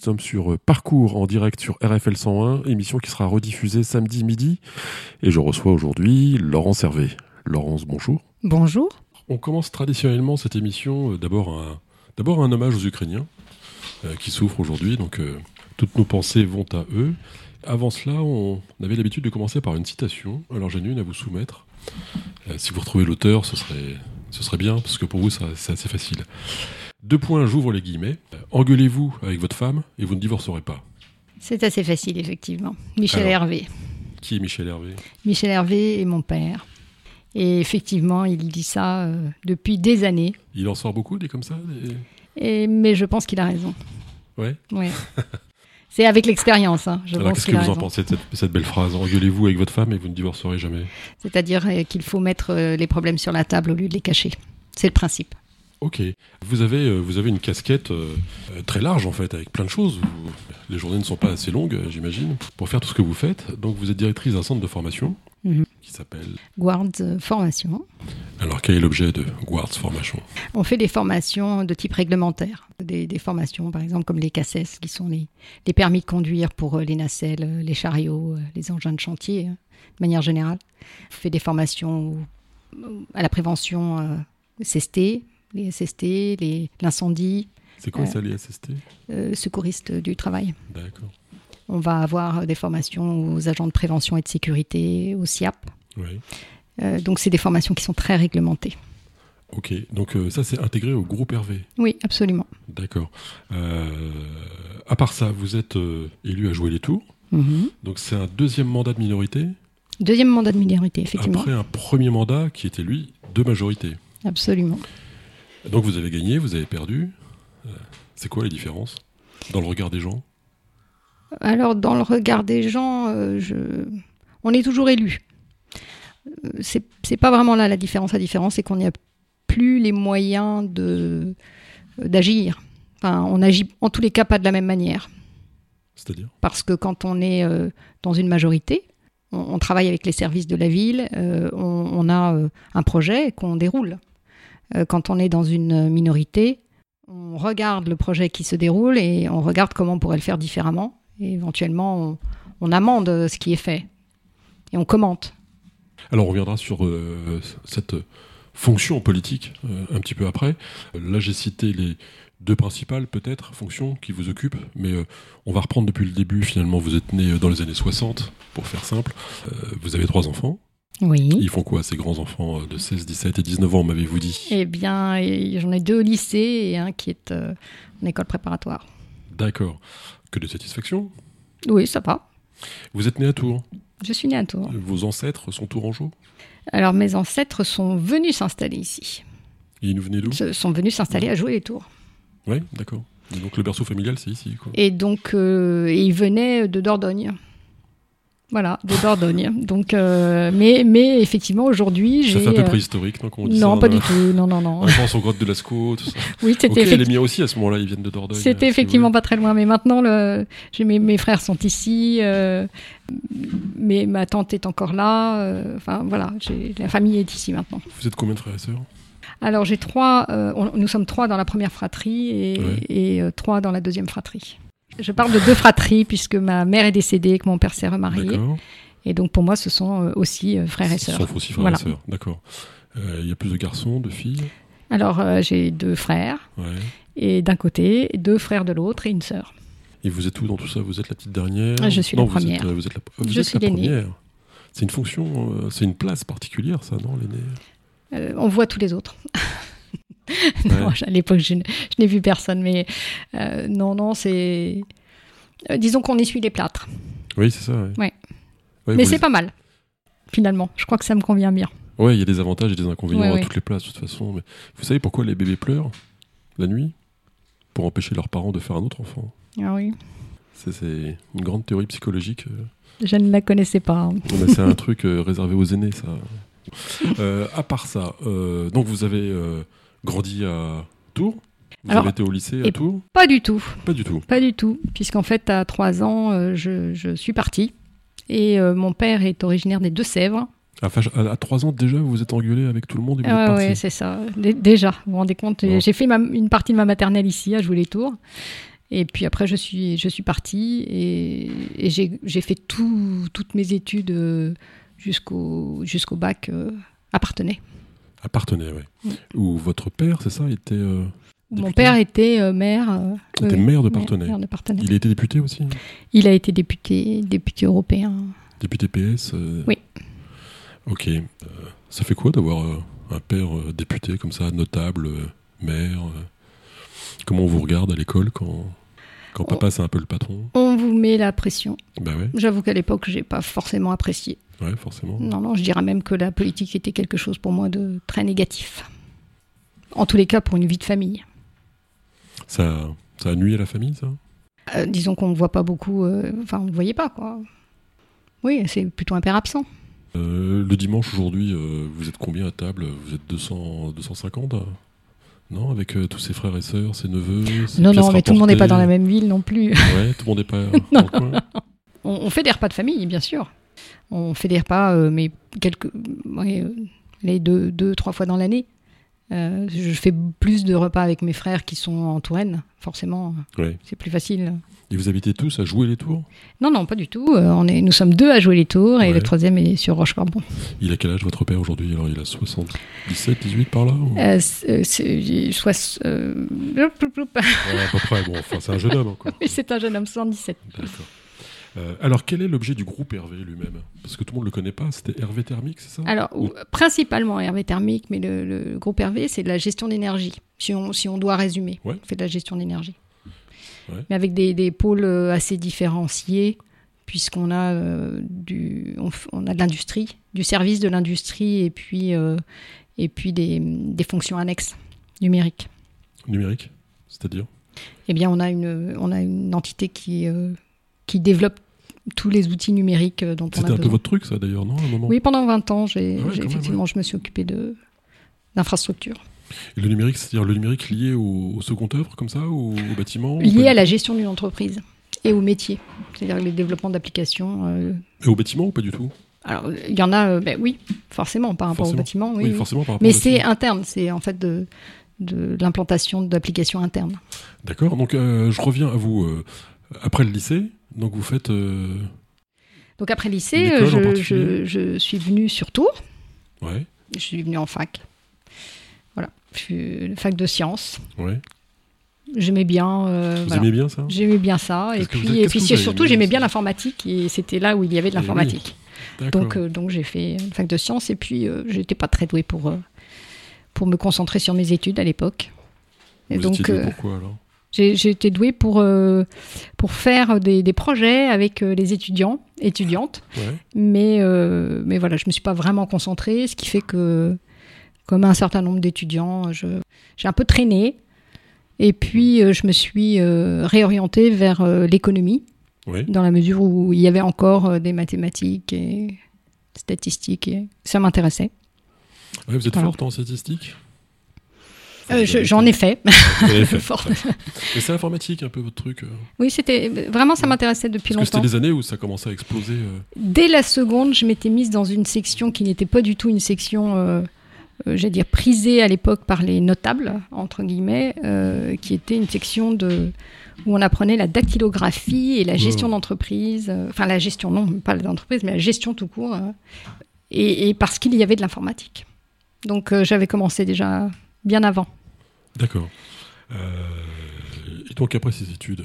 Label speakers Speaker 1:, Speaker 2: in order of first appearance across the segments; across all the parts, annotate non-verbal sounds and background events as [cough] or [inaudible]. Speaker 1: sommes sur euh, Parcours en direct sur RFL 101, émission qui sera rediffusée samedi midi. Et je reçois aujourd'hui Laurence Hervé. Laurence, bonjour.
Speaker 2: Bonjour.
Speaker 1: On commence traditionnellement cette émission euh, d'abord un, d'abord un hommage aux Ukrainiens euh, qui souffrent aujourd'hui. Donc euh, toutes nos pensées vont à eux. Avant cela, on avait l'habitude de commencer par une citation. Alors j'en ai une à vous soumettre. Euh, si vous retrouvez l'auteur, ce serait, ce serait bien, parce que pour vous, ça- c'est assez facile. Deux points, j'ouvre les guillemets. Euh, Engueulez-vous avec votre femme et vous ne divorcerez pas.
Speaker 2: C'est assez facile, effectivement. Michel
Speaker 1: Alors.
Speaker 2: Hervé.
Speaker 1: Qui est Michel Hervé
Speaker 2: Michel Hervé est mon père. Et effectivement, il dit ça euh, depuis des années.
Speaker 1: Il en sort beaucoup, des comme ça des-
Speaker 2: Et- mais je pense qu'il a raison.
Speaker 1: Ouais. [laughs]
Speaker 2: Ouais. C'est avec l'expérience, hein, je
Speaker 1: Alors
Speaker 2: pense
Speaker 1: qu'est-ce que
Speaker 2: qu'il
Speaker 1: vous
Speaker 2: a
Speaker 1: en
Speaker 2: raison.
Speaker 1: pensez de cette, cette belle phrase Engueulez-vous avec votre femme et vous ne divorcerez jamais.
Speaker 2: C'est-à-dire euh, qu'il faut mettre euh, les problèmes sur la table au lieu de les cacher. C'est le principe.
Speaker 1: Ok. Vous avez, euh, vous avez une casquette euh, euh, très large en fait, avec plein de choses. Vous- les journées ne sont pas assez longues, euh, j'imagine, pour faire tout ce que vous faites. Donc vous êtes directrice d'un centre de formation
Speaker 2: Mhm.
Speaker 1: qui s'appelle.
Speaker 2: Guard euh, formation.
Speaker 1: Alors quel est l'objet de Guards Formation
Speaker 2: On fait des formations de type réglementaire. Des, des formations, par exemple, comme les CACES, qui sont les, les permis de conduire pour euh, les nacelles, euh, les chariots, euh, les engins de chantier, hein, de manière générale. On fait des formations au- à la prévention euh, SST, les SST, les- l'incendie,
Speaker 1: C'est quoi
Speaker 2: Euh.
Speaker 1: ça les SST
Speaker 2: euh, secouristes du travail.
Speaker 1: D'accord.
Speaker 2: On va avoir euh, des formations aux agents de prévention et de sécurité, au SIAP.
Speaker 1: Oui.
Speaker 2: Euh, donc, c'est des formations qui sont très réglementées.
Speaker 1: Ok. Donc euh, ça c'est intégré au groupe Hervé.
Speaker 2: Oui, absolument.
Speaker 1: D'accord. Euh, à part ça, vous êtes euh, élu à jouer les tours.
Speaker 2: Mhm.
Speaker 1: Donc c'est un deuxième mandat de minorité
Speaker 2: Deuxième mandat de minorité, effectivement.
Speaker 1: après un premier mandat qui était lui de majorité.
Speaker 2: Absolument.
Speaker 1: Donc vous avez gagné, vous avez perdu. Euh, C'est quoi les différences dans le regard des gens
Speaker 2: Alors, dans le regard des gens, euh, je... on est toujours élu. Euh, C'est c'est pas vraiment là la différence. La différence, c'est qu'on n'y a plus les moyens de- d'agir. Enfin, on agit en tous les cas pas de la même manière.
Speaker 1: C'est-à-dire
Speaker 2: Parce que quand on est euh, dans une majorité, on, on travaille avec les services de la ville, euh, on, on a euh, un projet qu'on déroule. Euh, quand on est dans une minorité, on regarde le projet qui se déroule et on regarde comment on pourrait le faire différemment. Et éventuellement, on, on amende euh, ce qui est fait et on commente.
Speaker 1: Alors on reviendra sur euh, cette fonction politique euh, un petit peu après. Euh, Là j'ai cité les deux principales peut-être fonctions qui vous occupent, mais euh, on va reprendre depuis le début. Finalement vous êtes né euh, dans les années 60, pour faire simple. Euh, vous avez trois enfants.
Speaker 2: Oui.
Speaker 1: Ils font quoi ces grands enfants euh, de 16, 17 et 19 ans, m'avez-vous dit
Speaker 2: Eh bien, et j'en ai deux au lycée et un qui est euh, en école préparatoire.
Speaker 1: D'accord. Que de satisfaction.
Speaker 2: Oui, ça va.
Speaker 1: Vous êtes né à Tours.
Speaker 2: Je suis née à Tours.
Speaker 1: Vos ancêtres sont tourangeaux.
Speaker 2: Alors, mes ancêtres sont venus s'installer ici.
Speaker 1: Et Ils nous venaient d'où
Speaker 2: se- sont venus s'installer
Speaker 1: Mmh.
Speaker 2: à jouer les tours.
Speaker 1: Oui, d'accord. Et Donc le berceau familial, c'est ici. Quoi.
Speaker 2: Et donc, euh, et ils venaient de Dordogne. Voilà, de
Speaker 1: [laughs]
Speaker 2: Dordogne. Donc, euh, mais, mais effectivement, aujourd'hui,
Speaker 1: Ça
Speaker 2: j'ai.
Speaker 1: fait un peu
Speaker 2: euh,
Speaker 1: préhistorique, non quand on dit
Speaker 2: non,
Speaker 1: ça,
Speaker 2: pas
Speaker 1: on a-
Speaker 2: du tout. Non, non, non.
Speaker 1: On pense aux grottes de Lascaux, tout ça.
Speaker 2: Oui, c'était
Speaker 1: Ok, les
Speaker 2: effectivement.
Speaker 1: miens aussi à ce moment-là, ils viennent de Dordogne. euh, si
Speaker 2: C'était
Speaker 1: vous
Speaker 2: effectivement pas très loin, mais maintenant, le, j'ai mes, mes frères sont ici, euh, mais ma tante est encore là. euh, enfin, voilà, j'ai- la famille est ici maintenant.
Speaker 1: voulez. Vous êtes combien de frères et sœurs
Speaker 2: Alors, j'ai trois. euh, on- nous sommes trois dans la première fratrie et,
Speaker 1: Ouais.
Speaker 2: et, euh, trois dans la deuxième fratrie. Je parle de deux fratries puisque ma mère est décédée et que mon père s'est remarié.
Speaker 1: D'accord.
Speaker 2: Et donc, pour moi, ce sont euh, aussi euh, frères et
Speaker 1: Ce
Speaker 2: sœurs.
Speaker 1: sont aussi frères
Speaker 2: Voilà.
Speaker 1: et sœurs, d'accord. Euh, Il y a plus de garçons, de filles.
Speaker 2: Alors, euh, j'ai deux frères
Speaker 1: Ouais.
Speaker 2: et d'un côté, deux frères de l'autre et une sœur.
Speaker 1: Et vous êtes où dans tout ça Vous êtes la petite dernière
Speaker 2: Ah, je suis
Speaker 1: Non,
Speaker 2: la
Speaker 1: vous êtes,
Speaker 2: première.
Speaker 1: euh, vous êtes la, vous
Speaker 2: Je
Speaker 1: êtes
Speaker 2: suis
Speaker 1: la
Speaker 2: l'aînée.
Speaker 1: première. C'est une fonction, euh, c'est une place particulière, ça, non, l'aîné
Speaker 2: Euh, on voit tous les autres. [laughs] non, à l'époque, je, n- je n'ai vu personne, mais euh, non, non, c'est. euh, disons qu'on essuie les plâtres.
Speaker 1: Oui, c'est ça. Ouais.
Speaker 2: Ouais.
Speaker 1: Ouais,
Speaker 2: mais
Speaker 1: vous
Speaker 2: c'est
Speaker 1: les-
Speaker 2: pas mal, finalement. Je crois que ça me convient bien.
Speaker 1: Ouais, il y a des avantages et des inconvénients
Speaker 2: Ouais,
Speaker 1: à
Speaker 2: ouais.
Speaker 1: toutes les places, de toute façon. Mais vous savez pourquoi les bébés pleurent la nuit Pour empêcher leurs parents de faire un autre enfant.
Speaker 2: Ah oui.
Speaker 1: C'est- C'est une grande théorie psychologique. euh.
Speaker 2: Je ne la connaissais pas. hein.
Speaker 1: Non, mais c'est un [laughs] truc euh, réservé aux aînés, ça. Euh, à part ça, euh, donc vous avez euh, grandi à Tours Vous
Speaker 2: Alors,
Speaker 1: avez été au lycée à
Speaker 2: et-
Speaker 1: Tours
Speaker 2: Pas du tout,
Speaker 1: Pas du tout.
Speaker 2: pas du tout, puisqu'en fait, à 3 ans, euh, je, je suis partie. Et euh, mon père est originaire des Deux-Sèvres.
Speaker 1: À, fâche- à- à 3 ans déjà, vous vous êtes engueulé avec tout le monde et vous êtes
Speaker 2: Ah
Speaker 1: parti.
Speaker 2: ouais, c'est ça. Dé- déjà, vous vous rendez compte,
Speaker 1: Bon.
Speaker 2: j'ai fait ma- une partie de ma maternelle ici, à Jouer les Tours. Et puis après, je suis, je suis partie et, et j'ai, j'ai fait tout- toutes mes études euh, jusqu'au, jusqu'au bac euh, à Parthenay.
Speaker 1: Appartenait, oui.
Speaker 2: Oui.
Speaker 1: Où votre père, c'est ça, était, euh,
Speaker 2: Où
Speaker 1: Député.
Speaker 2: Mon père était euh, maire, euh,
Speaker 1: était
Speaker 2: oui,
Speaker 1: maire de
Speaker 2: maire-
Speaker 1: Parthenay.
Speaker 2: maire de Parthenay.
Speaker 1: Il a été député aussi
Speaker 2: Il a été député, député européen.
Speaker 1: Député PS euh,
Speaker 2: Oui.
Speaker 1: Ok. Euh, ça fait quoi d'avoir euh, un père euh, député comme ça, notable, euh, maire euh, Comment on vous regarde à l'école quand,
Speaker 2: Oh.
Speaker 1: quand papa, c'est un peu le patron
Speaker 2: On vous met la pression.
Speaker 1: Bah ouais,
Speaker 2: J'avoue qu'à l'époque, j'ai pas forcément apprécié.
Speaker 1: ouais forcément.
Speaker 2: Non, non, je dirais même que la politique était quelque chose pour moi de très négatif. En tous les cas, pour une vie de famille.
Speaker 1: Ça, ça a nuit à la famille, ça
Speaker 2: Euh, disons qu'on ne voit pas beaucoup, euh, enfin, on ne voyait pas, quoi. Oui, c'est plutôt un père absent.
Speaker 1: Euh, Le dimanche, aujourd'hui, euh, vous êtes combien à table Vous êtes 200, 250 euh Non, avec euh, tous ses frères et sœurs, ses neveux ses
Speaker 2: Non,
Speaker 1: pièces
Speaker 2: non, mais tout le monde n'est pas dans la
Speaker 1: rapportées.
Speaker 2: même ville non plus.
Speaker 1: Ouais, tout le monde n'est pas dans le coin.
Speaker 2: [laughs] On, on fait des repas de famille, bien sûr. On fait des repas, euh, mais quelques, ouais, euh, les deux, deux, trois fois dans l'année. Euh, je fais plus de repas avec mes frères qui sont en Touraine, forcément.
Speaker 1: Ouais.
Speaker 2: C'est plus facile.
Speaker 1: Et vous habitez tous à jouer les tours
Speaker 2: Non, non, pas du tout. Euh, on est, nous sommes deux à jouer les tours et
Speaker 1: Ouais.
Speaker 2: le troisième est sur Roche-Corbon.
Speaker 1: Il a quel âge votre père aujourd'hui Alors il a 77, 18 par là ou-
Speaker 2: Euh, c'est- c'est- sois- euh, [laughs] loup, loup, loup.
Speaker 1: Ouais, À peu près, bon, enfin c'est un jeune homme encore.
Speaker 2: [laughs] Oui, c'est un jeune homme, 117.
Speaker 1: D'accord. Euh, alors quel est l'objet du groupe Hervé lui-même Parce que tout le monde ne le connaît pas, c'était Hervé Thermique, c'est ça
Speaker 2: Alors, ou- principalement Hervé Thermique, mais le, le groupe Hervé, c'est de la gestion d'énergie, si on, si on doit résumer.
Speaker 1: Ouais.
Speaker 2: On fait de la gestion d'énergie.
Speaker 1: Ouais.
Speaker 2: Mais avec des, des pôles euh, assez différenciés, puisqu'on a, euh, du, on, f- on a de l'industrie, du service de l'industrie et puis, euh, et puis des, des fonctions annexes numériques.
Speaker 1: Numérique, c'est-à-dire
Speaker 2: eh bien, on a une, on a une entité qui, euh, qui développe tous les outils numériques euh, dont on a
Speaker 1: C'était un peu
Speaker 2: besoin.
Speaker 1: votre truc ça d'ailleurs, non à un moment
Speaker 2: Oui, pendant 20 ans, j'ai,
Speaker 1: Ah ouais,
Speaker 2: j'ai-
Speaker 1: quand même,
Speaker 2: effectivement, je me suis occupée de, d'infrastructures
Speaker 1: Et Le numérique, c'est-à-dire le numérique lié au, au second œuvre comme ça ou au bâtiment ou
Speaker 2: liées
Speaker 1: pas-
Speaker 2: à la gestion d'une entreprise et au métier, c'est-à-dire les développements d'applications. euh,
Speaker 1: Et au bâtiment ou pas du tout
Speaker 2: alors, il y en a, euh, ben oui, forcément, par rapport
Speaker 1: Forcément.
Speaker 2: au bâtiment. Oui,
Speaker 1: Oui,
Speaker 2: oui.
Speaker 1: forcément par rapport
Speaker 2: Mais
Speaker 1: au bâtiment.
Speaker 2: c'est interne, c'est en fait de, de l'implantation d'applications internes.
Speaker 1: D'accord, donc euh, je reviens à vous. euh, après le lycée, donc vous faites... euh,
Speaker 2: Donc après lycée,
Speaker 1: Une école en
Speaker 2: euh, je,
Speaker 1: particulier.
Speaker 2: je- je suis venue sur Tours.
Speaker 1: Ouais,
Speaker 2: Je suis venue en fac. Voilà, je suis fac de sciences.
Speaker 1: ouais.
Speaker 2: J'aimais bien. euh,
Speaker 1: Vous
Speaker 2: voilà.
Speaker 1: aimez bien ça
Speaker 2: J'aimais bien ça. Et
Speaker 1: Qu'est-ce que vous
Speaker 2: puis,
Speaker 1: avez-
Speaker 2: et
Speaker 1: qu'est-ce
Speaker 2: puis
Speaker 1: que vous
Speaker 2: c'est
Speaker 1: avez
Speaker 2: surtout,
Speaker 1: aimé
Speaker 2: j'aimais
Speaker 1: dans
Speaker 2: bien
Speaker 1: ça
Speaker 2: l'informatique. Et c'était là où il y avait de
Speaker 1: Eh oui,
Speaker 2: l'informatique.
Speaker 1: D'accord.
Speaker 2: donc, euh, donc j'ai fait une fac de sciences. Et puis, euh, j'étais pas très douée pour, euh, pour me concentrer sur mes études à l'époque. Et
Speaker 1: Vous
Speaker 2: donc,
Speaker 1: étiez doué
Speaker 2: euh,
Speaker 1: pourquoi alors
Speaker 2: j'ai j'ai été douée pour, euh, pour faire des, des projets avec euh, les étudiants, étudiantes.
Speaker 1: Ouais.
Speaker 2: Mais, euh, mais voilà, je ne me suis pas vraiment concentrée, ce qui fait que, comme un certain nombre d'étudiants, je- j'ai un peu traîné. Et puis, euh, je me suis euh, réorientée vers euh, l'économie,
Speaker 1: Oui.
Speaker 2: dans la mesure où il y avait encore euh, des mathématiques et statistiques. Et ça m'intéressait.
Speaker 1: Ouais, vous êtes
Speaker 2: Voilà.
Speaker 1: forte en statistiques
Speaker 2: Euh, je- J'en ai fait. [laughs]
Speaker 1: Vous avez fait.
Speaker 2: Fort.
Speaker 1: Mais c'est informatique un peu votre truc. euh.
Speaker 2: Oui, c'était vraiment, ça m'intéressait depuis
Speaker 1: Parce que c'était
Speaker 2: longtemps.
Speaker 1: les années où ça commençait à exploser. euh.
Speaker 2: Dès la seconde, je m'étais mise dans une section qui n'était pas du tout une section, euh, euh, j'allais dire, prisée à l'époque par les notables, entre guillemets, euh, qui était une section de, où on apprenait la dactylographie et la gestion
Speaker 1: Wow.
Speaker 2: d'entreprise. euh, Enfin, la gestion, non, pas d'entreprise, mais la gestion tout court. euh, et, et parce qu'il y avait de l'informatique. Donc, euh, j'avais commencé déjà bien avant.
Speaker 1: D'accord. Euh, Et donc après ces études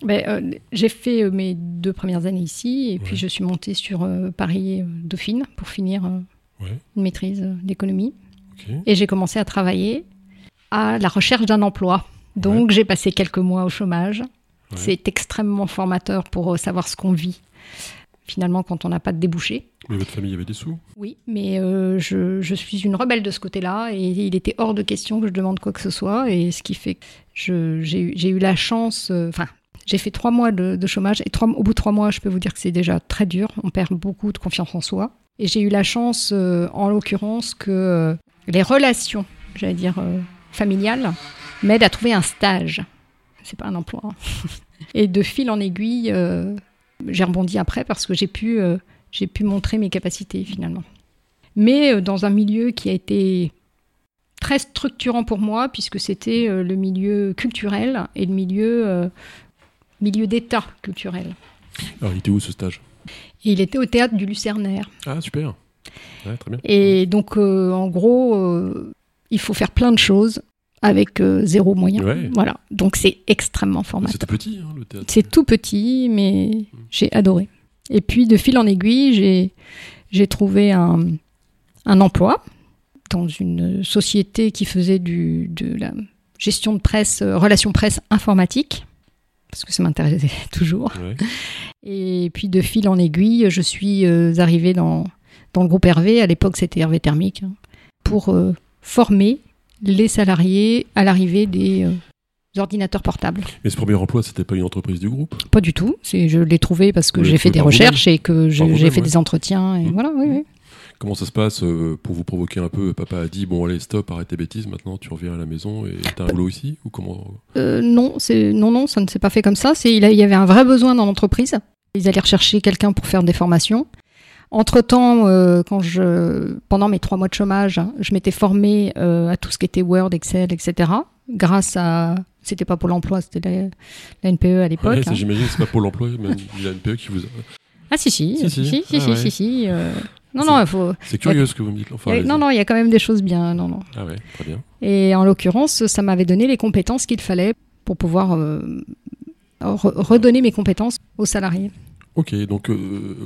Speaker 2: Ben, euh, j'ai fait euh, mes deux premières années ici, et puis
Speaker 1: Ouais.
Speaker 2: je suis montée sur euh, Paris euh, Dauphine pour finir euh,
Speaker 1: Ouais.
Speaker 2: une maîtrise euh, d'économie.
Speaker 1: ok.
Speaker 2: Et j'ai commencé à travailler à la recherche d'un emploi. Donc j'ai passé quelques mois au chômage. C'est extrêmement formateur pour euh, savoir ce qu'on vit finalement quand on n'a pas de débouché.
Speaker 1: Mais votre famille avait des sous
Speaker 2: Oui, mais euh, je, je suis une rebelle de ce côté-là et il était hors de question que je demande quoi que ce soit. Et ce qui fait que je- j'ai eu- j'ai eu la chance, euh, enfin, j'ai fait trois mois de, de chômage et trois- au bout de trois mois, je peux vous dire que c'est déjà très dur. On perd beaucoup de confiance en soi. Et j'ai eu la chance, euh, en l'occurrence, que euh, les relations, j'allais dire euh, familiales, m'aident à trouver un stage. C'est pas un emploi. hein. [laughs] et de fil en aiguille, euh, j'ai rebondi après parce que j'ai pu, euh, j'ai pu montrer mes capacités finalement. Mais euh, dans un milieu qui a été très structurant pour moi, puisque c'était euh, le milieu culturel et le milieu, euh, milieu d'État culturel.
Speaker 1: Alors, il était où ce stage
Speaker 2: Et il était au théâtre du Lucernaire.
Speaker 1: Ah, super. Ouais, très bien.
Speaker 2: Et donc, euh, en gros, euh, il faut faire plein de choses avec euh, zéro moyen.
Speaker 1: Ouais.
Speaker 2: Voilà. Donc, c'est extrêmement
Speaker 1: C'était
Speaker 2: formateur.
Speaker 1: petit, hein, le théâtre.
Speaker 2: C'est tout petit, mais j'ai adoré. Et puis, de fil en aiguille, j'ai, j'ai trouvé un, un emploi dans une société qui faisait du, de la gestion de presse, euh, relations presse informatique, parce que ça m'intéressait [laughs] toujours.
Speaker 1: Ouais.
Speaker 2: Et puis de fil en aiguille, je suis euh, arrivée dans, dans le groupe Hervé, à l'époque c'était Hervé Thermique, hein, pour euh, former les salariés à l'arrivée des euh, ordinateurs portables.
Speaker 1: Mais ce premier emploi, c'était pas une entreprise du groupe
Speaker 2: Pas du tout, c'est, je l'ai trouvé parce que
Speaker 1: Vous
Speaker 2: j'ai
Speaker 1: l'avez
Speaker 2: fait
Speaker 1: trouvé
Speaker 2: des
Speaker 1: par
Speaker 2: recherches et que je-
Speaker 1: Par
Speaker 2: j'ai
Speaker 1: vous-même,
Speaker 2: fait
Speaker 1: ouais.
Speaker 2: des entretiens, et
Speaker 1: Mmh.
Speaker 2: voilà, oui, oui.
Speaker 1: Comment ça se passe euh, pour vous provoquer un peu Papa a dit bon allez stop, arrête tes bêtises, maintenant tu reviens à la maison et t'as un boulot aussi ou comment
Speaker 2: Euh, non, c'est non, non, ça ne s'est pas fait comme ça. C'est il, a- il y avait un vrai besoin dans l'entreprise. Ils allaient rechercher quelqu'un pour faire des formations. Entre temps, quand je pendant mes trois mois de chômage, hein, je m'étais formée euh, à tout ce qui était Word, Excel, etc. Grâce à c'était pas Pôle Emploi, c'était la, la NPE à l'époque.
Speaker 1: Ouais, ça,
Speaker 2: hein.
Speaker 1: J'imagine que c'est pas Pôle Emploi, même il y a une PE qui vous.
Speaker 2: Ah si si
Speaker 1: Si, si.
Speaker 2: si si si
Speaker 1: Ah
Speaker 2: si,
Speaker 1: ouais.
Speaker 2: si, si, euh, Non
Speaker 1: C'est-
Speaker 2: non, il faut.
Speaker 1: C'est curieux ce que vous me dites. Enfin,
Speaker 2: il y a-
Speaker 1: allez-y.
Speaker 2: non non, il y a quand même des choses bien. Non non.
Speaker 1: Ah ouais, très bien.
Speaker 2: Et en l'occurrence, ça m'avait donné les compétences qu'il fallait pour pouvoir euh, re- redonner mes compétences aux salariés.
Speaker 1: Ok, donc euh,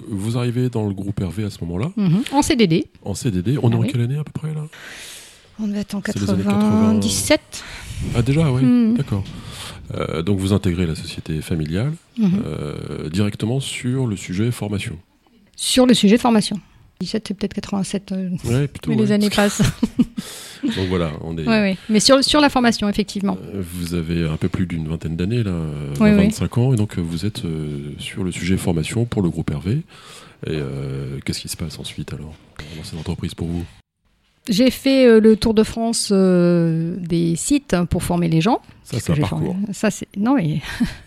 Speaker 1: vous arrivez dans le groupe Hervé à ce moment-là,
Speaker 2: En CDD.
Speaker 1: en CDD. On est
Speaker 2: Ah
Speaker 1: en
Speaker 2: oui.
Speaker 1: quelle année à peu près là
Speaker 2: On devait être en
Speaker 1: C'est les années 97.
Speaker 2: 97.
Speaker 1: Ah déjà, oui,
Speaker 2: Mhm.
Speaker 1: d'accord. Euh, donc vous intégrez la société familiale
Speaker 2: Hmm.
Speaker 1: euh, directement sur le sujet formation.
Speaker 2: Sur le sujet formation. 17, c'est peut-être 87. euh,
Speaker 1: Ouais, plutôt.
Speaker 2: mais
Speaker 1: ouais.
Speaker 2: les
Speaker 1: [laughs]
Speaker 2: années passent.
Speaker 1: Donc voilà, on est.
Speaker 2: [laughs] Ouais, ouais. Mais sur, sur la formation, effectivement.
Speaker 1: Euh, Vous avez un peu plus d'une vingtaine d'années, là, euh,
Speaker 2: Oui,
Speaker 1: 25 ans, et donc euh, vous êtes euh, sur le sujet formation pour le groupe Hervé. Et euh, qu'est-ce qui se passe ensuite alors dans cette entreprise pour vous
Speaker 2: J'ai fait euh, le tour de France euh, des sites pour former les gens.
Speaker 1: Ça,
Speaker 2: Parce
Speaker 1: c'est
Speaker 2: que
Speaker 1: un
Speaker 2: j'ai
Speaker 1: parcours.
Speaker 2: formé- Ça, c'est... Non, mais...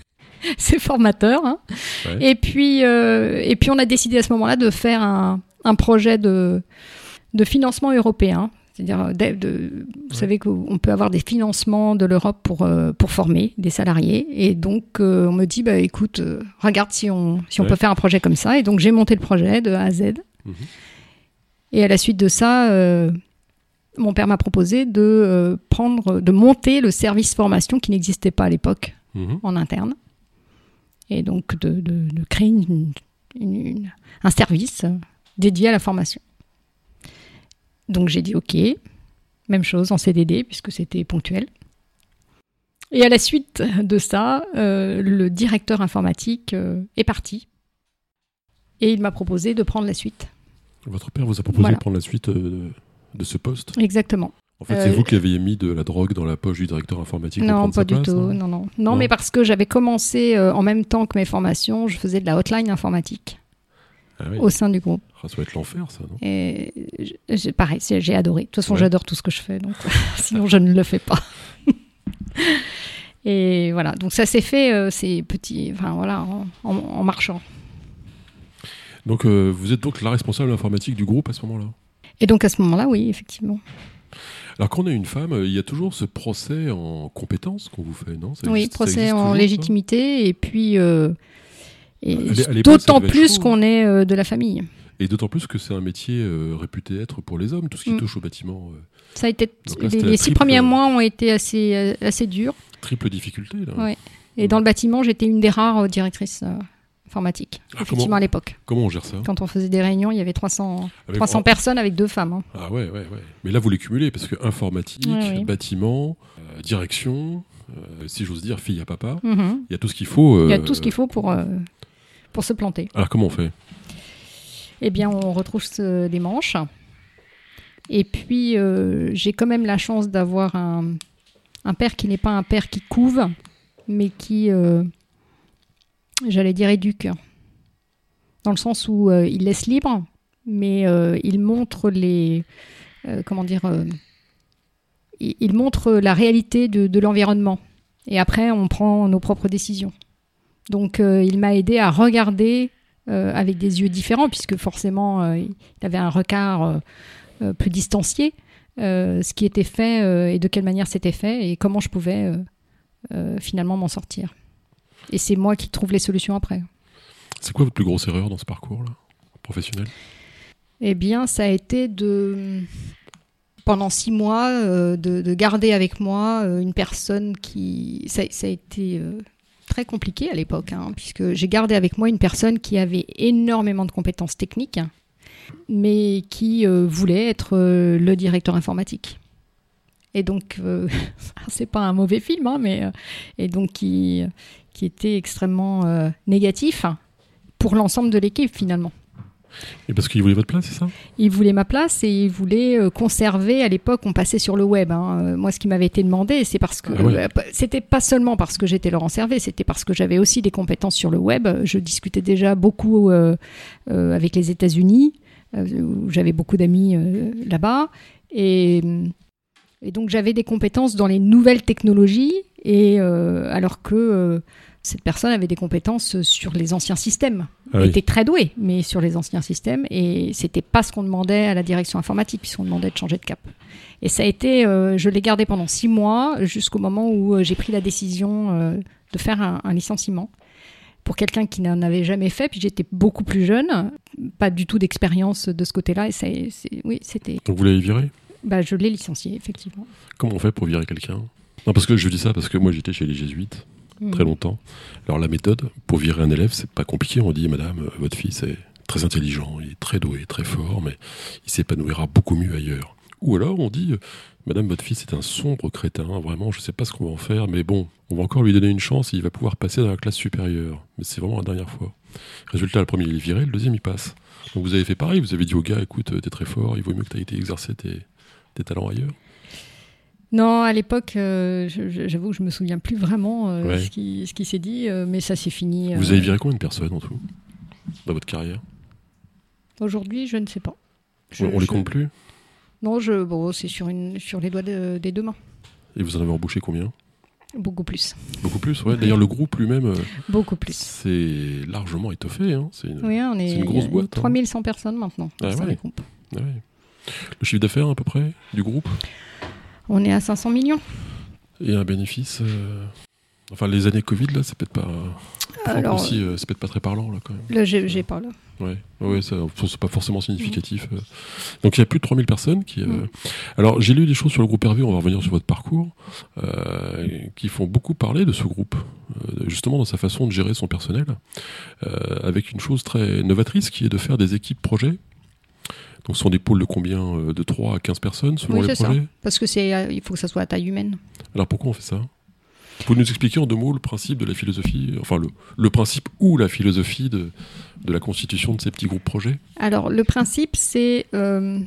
Speaker 2: [laughs] c'est formateur. hein.
Speaker 1: Ouais.
Speaker 2: Et, puis, euh, et puis, on a décidé à ce moment-là de faire un, un projet de, de financement européen. C'est-à-dire, euh, de- de- vous
Speaker 1: Ouais.
Speaker 2: savez qu'on peut avoir des financements de l'Europe pour, euh, pour former des salariés. Et donc, euh, on me dit, bah, écoute, euh, regarde si on, si on
Speaker 1: Ouais.
Speaker 2: peut faire un projet comme ça. Et donc, j'ai monté le projet de A à Z.
Speaker 1: Mhm.
Speaker 2: Et à la suite de ça, euh, mon père m'a proposé de euh, prendre, de monter le service formation qui n'existait pas à l'époque
Speaker 1: Mhm.
Speaker 2: en interne, et donc de, de- de créer une- une- une- un service euh, dédié à la formation. Donc j'ai dit ok, même chose en CDD puisque c'était ponctuel. Et à la suite de ça, euh, le directeur informatique euh, est parti et il m'a proposé de prendre la suite.
Speaker 1: Votre père vous a proposé
Speaker 2: Voilà.
Speaker 1: de prendre la suite euh, de ce poste.
Speaker 2: Exactement.
Speaker 1: En fait,
Speaker 2: Euh,
Speaker 1: c'est vous qui aviez mis de la drogue dans la poche du directeur informatique pour
Speaker 2: Non,
Speaker 1: prendre
Speaker 2: pas
Speaker 1: sa
Speaker 2: du
Speaker 1: place,
Speaker 2: tout.
Speaker 1: hein
Speaker 2: Non, non, non. mais
Speaker 1: Non.
Speaker 2: parce que j'avais commencé euh, en même temps que mes formations, je faisais de la hotline informatique
Speaker 1: Ah oui.
Speaker 2: au sein du groupe.
Speaker 1: Ah, ça va être l'enfer, ça, non
Speaker 2: Et j- j'ai- pareil, c'est- j'ai adoré. De toute façon,
Speaker 1: Ouais.
Speaker 2: j'adore tout ce que je fais, donc [laughs] sinon je ne le fais pas. [laughs] Et voilà, donc ça s'est fait, euh, ces petits, enfin voilà, en, en- en marchant.
Speaker 1: Donc euh, vous êtes donc la responsable informatique du groupe à ce moment-là
Speaker 2: Et donc à ce moment-là, oui, effectivement.
Speaker 1: Alors quand on est une femme, euh, il y a toujours ce procès en compétences qu'on vous fait, non Ça
Speaker 2: oui,
Speaker 1: existe- ça
Speaker 2: procès
Speaker 1: existe
Speaker 2: en
Speaker 1: toujours, ça
Speaker 2: légitimité, et puis euh, et
Speaker 1: À l'é- à l'époque, ça
Speaker 2: d'autant
Speaker 1: devait être
Speaker 2: plus
Speaker 1: chaud, hein.
Speaker 2: qu'on est euh, de la famille.
Speaker 1: Et d'autant plus que c'est un métier euh, réputé être pour les hommes, tout ce qui
Speaker 2: Mm.
Speaker 1: touche au bâtiment. euh,
Speaker 2: Ça a été
Speaker 1: Donc là,
Speaker 2: les,
Speaker 1: c'était la
Speaker 2: les six
Speaker 1: triple- euh,
Speaker 2: premiers mois ont été assez euh, assez durs
Speaker 1: triple difficulté, là.
Speaker 2: Ouais. et dans le bâtiment j'étais une des rares euh, directrices euh, informatiques
Speaker 1: Ah,
Speaker 2: effectivement
Speaker 1: comment- Hein
Speaker 2: à l'époque
Speaker 1: Comment on gère ça Ah,
Speaker 2: quand on faisait des réunions il y avait 300
Speaker 1: Avec-
Speaker 2: 300 personnes avec deux femmes hein.
Speaker 1: Ah ouais, ouais, ouais. Mais là, vous les cumulez, parce que informatique,
Speaker 2: Ouais, ouais.
Speaker 1: bâtiment, euh, direction, euh, si j'ose dire, fille à papa,
Speaker 2: Mhm.
Speaker 1: il y a tout ce qu'il faut.
Speaker 2: il y a
Speaker 1: euh,
Speaker 2: tout ce qu'il faut pour euh, pour se planter
Speaker 1: Alors comment on fait
Speaker 2: eh bien on retrousse euh, les manches et puis euh, j'ai quand même la chance d'avoir un un père qui n'est pas un père qui couve mais qui euh, j'allais dire éduque dans le sens où euh, il laisse libre, mais euh, il montre les euh, comment dire, euh, il, il montre la réalité de, de l'environnement. Et après, on prend nos propres décisions. Donc, euh, il m'a aidé à regarder euh, avec des yeux différents, puisque forcément, euh, il avait un regard euh, euh, plus distancié. euh, ce qui était fait euh, et de quelle manière c'était fait et comment je pouvais euh, finalement m'en sortir. Et c'est moi qui trouve les solutions après.
Speaker 1: C'est quoi votre plus grosse erreur dans ce parcours-là, professionnel
Speaker 2: Eh bien, ça a été de, pendant six mois, euh, de, de garder avec moi euh, une personne qui... Ça, ça a été euh, très compliqué à l'époque, hein, puisque j'ai gardé avec moi une personne qui avait énormément de compétences techniques, mais qui euh, voulait être euh, le directeur informatique. Et donc, euh, [laughs] c'est pas un mauvais film, hein, mais euh, et donc qui, qui était extrêmement euh, négatif pour l'ensemble de l'équipe finalement.
Speaker 1: Et parce qu'il voulait votre place, c'est ça
Speaker 2: Il voulait ma place et il voulait euh, conserver. À l'époque, on passait sur le web. hein. Euh, Moi, ce qui m'avait été demandé, c'est parce que
Speaker 1: Ah ouais.
Speaker 2: euh, c'était pas seulement parce que j'étais Laurent Servet, c'était parce que j'avais aussi des compétences sur le web. Je discutais déjà beaucoup euh, euh, avec les États-Unis, euh, où j'avais beaucoup d'amis euh, là-bas, et, et donc j'avais des compétences dans les nouvelles technologies. Et euh, alors que euh, cette personne avait des compétences sur les anciens systèmes
Speaker 1: Ah oui.
Speaker 2: était très doué, mais sur les anciens systèmes, et c'était pas ce qu'on demandait à la direction informatique, puisqu'on demandait de changer de cap. Et ça a été, euh, je l'ai gardé pendant six mois, jusqu'au moment où euh, j'ai pris la décision euh, de faire un, un licenciement. Pour quelqu'un qui n'en avait jamais fait, puis j'étais beaucoup plus jeune, pas du tout d'expérience de ce côté-là, et ça, c'est- oui, c'était.
Speaker 1: Donc vous l'avez viré
Speaker 2: Bah, je l'ai licencié, effectivement.
Speaker 1: Comment on fait pour virer quelqu'un Non, parce que je dis ça parce que moi j'étais chez les jésuites
Speaker 2: Mm.
Speaker 1: très
Speaker 2: Mhm.
Speaker 1: longtemps. Alors la méthode pour virer un élève, c'est pas compliqué. On dit Madame, euh, votre fils est très intelligent, il est très doué, très fort, mais il s'épanouira beaucoup mieux ailleurs. Ou alors on dit euh, Madame, votre fils est un sombre crétin. Vraiment, je sais pas ce qu'on va en faire, mais bon, on va encore lui donner une chance. Il va pouvoir passer dans la classe supérieure. Mais c'est vraiment la dernière fois. Résultat, le premier il est viré, le deuxième il passe. Donc vous avez fait pareil. Vous avez dit au gars, écoute, euh, t'es très fort. Il vaut mieux que t'aies été exercer tes, tes talents ailleurs.
Speaker 2: Non, à l'époque, euh, je- je- j'avoue que je me souviens plus vraiment euh,
Speaker 1: Ouais.
Speaker 2: ce qui, ce qui s'est dit, euh, mais ça s'est fini.
Speaker 1: Vous
Speaker 2: euh,
Speaker 1: avez viré combien de personnes en tout dans votre carrière
Speaker 2: Aujourd'hui, je ne sais pas. Je-
Speaker 1: On on les
Speaker 2: je-
Speaker 1: compte plus
Speaker 2: Non, je, bon, c'est sur, une, sur les doigts de- des deux mains.
Speaker 1: Et vous en avez embauché combien
Speaker 2: Beaucoup plus.
Speaker 1: Beaucoup plus, ouais. D'ailleurs, le groupe lui-même, euh,
Speaker 2: Beaucoup plus.
Speaker 1: c'est largement étoffé. hein. C'est une-
Speaker 2: Oui, hein, on est,
Speaker 1: C'est une grosse
Speaker 2: il y a
Speaker 1: boîte, hein.
Speaker 2: 3100 personnes maintenant.
Speaker 1: Ah
Speaker 2: dans
Speaker 1: ouais.
Speaker 2: les groupes.
Speaker 1: ouais. Le chiffre d'affaires, à peu près, du groupe
Speaker 2: On est à 500 millions.
Speaker 1: Et un bénéfice euh, Enfin, les années Covid, là, c'est peut-être pas... Franck
Speaker 2: Alors,
Speaker 1: aussi, euh, c'est peut-être pas très parlant, là, quand même.
Speaker 2: là, j'ai j'ai pas là.
Speaker 1: Ouais, ouais ça, c'est pas forcément significatif.
Speaker 2: Mm.
Speaker 1: euh. Donc il y a plus de 3000 personnes qui. euh, Alors j'ai lu des choses sur le groupe Hervé, on va revenir sur votre parcours, euh, qui font beaucoup parler de ce groupe, euh, justement dans sa façon de gérer son personnel, euh, avec une chose très novatrice qui est de faire des équipes projets. Donc ce sont des pôles de combien euh, De 3 à 15 personnes selon
Speaker 2: Oui,
Speaker 1: les
Speaker 2: c'est ça.
Speaker 1: projets
Speaker 2: Parce que c'est, euh, il faut que ça soit à taille humaine.
Speaker 1: Alors pourquoi on fait ça Vous pouvez nous expliquer en deux mots le principe de la philosophie, enfin le, le principe ou la philosophie de, de la constitution de ces petits groupes projets
Speaker 2: Alors, le principe, c'est euh,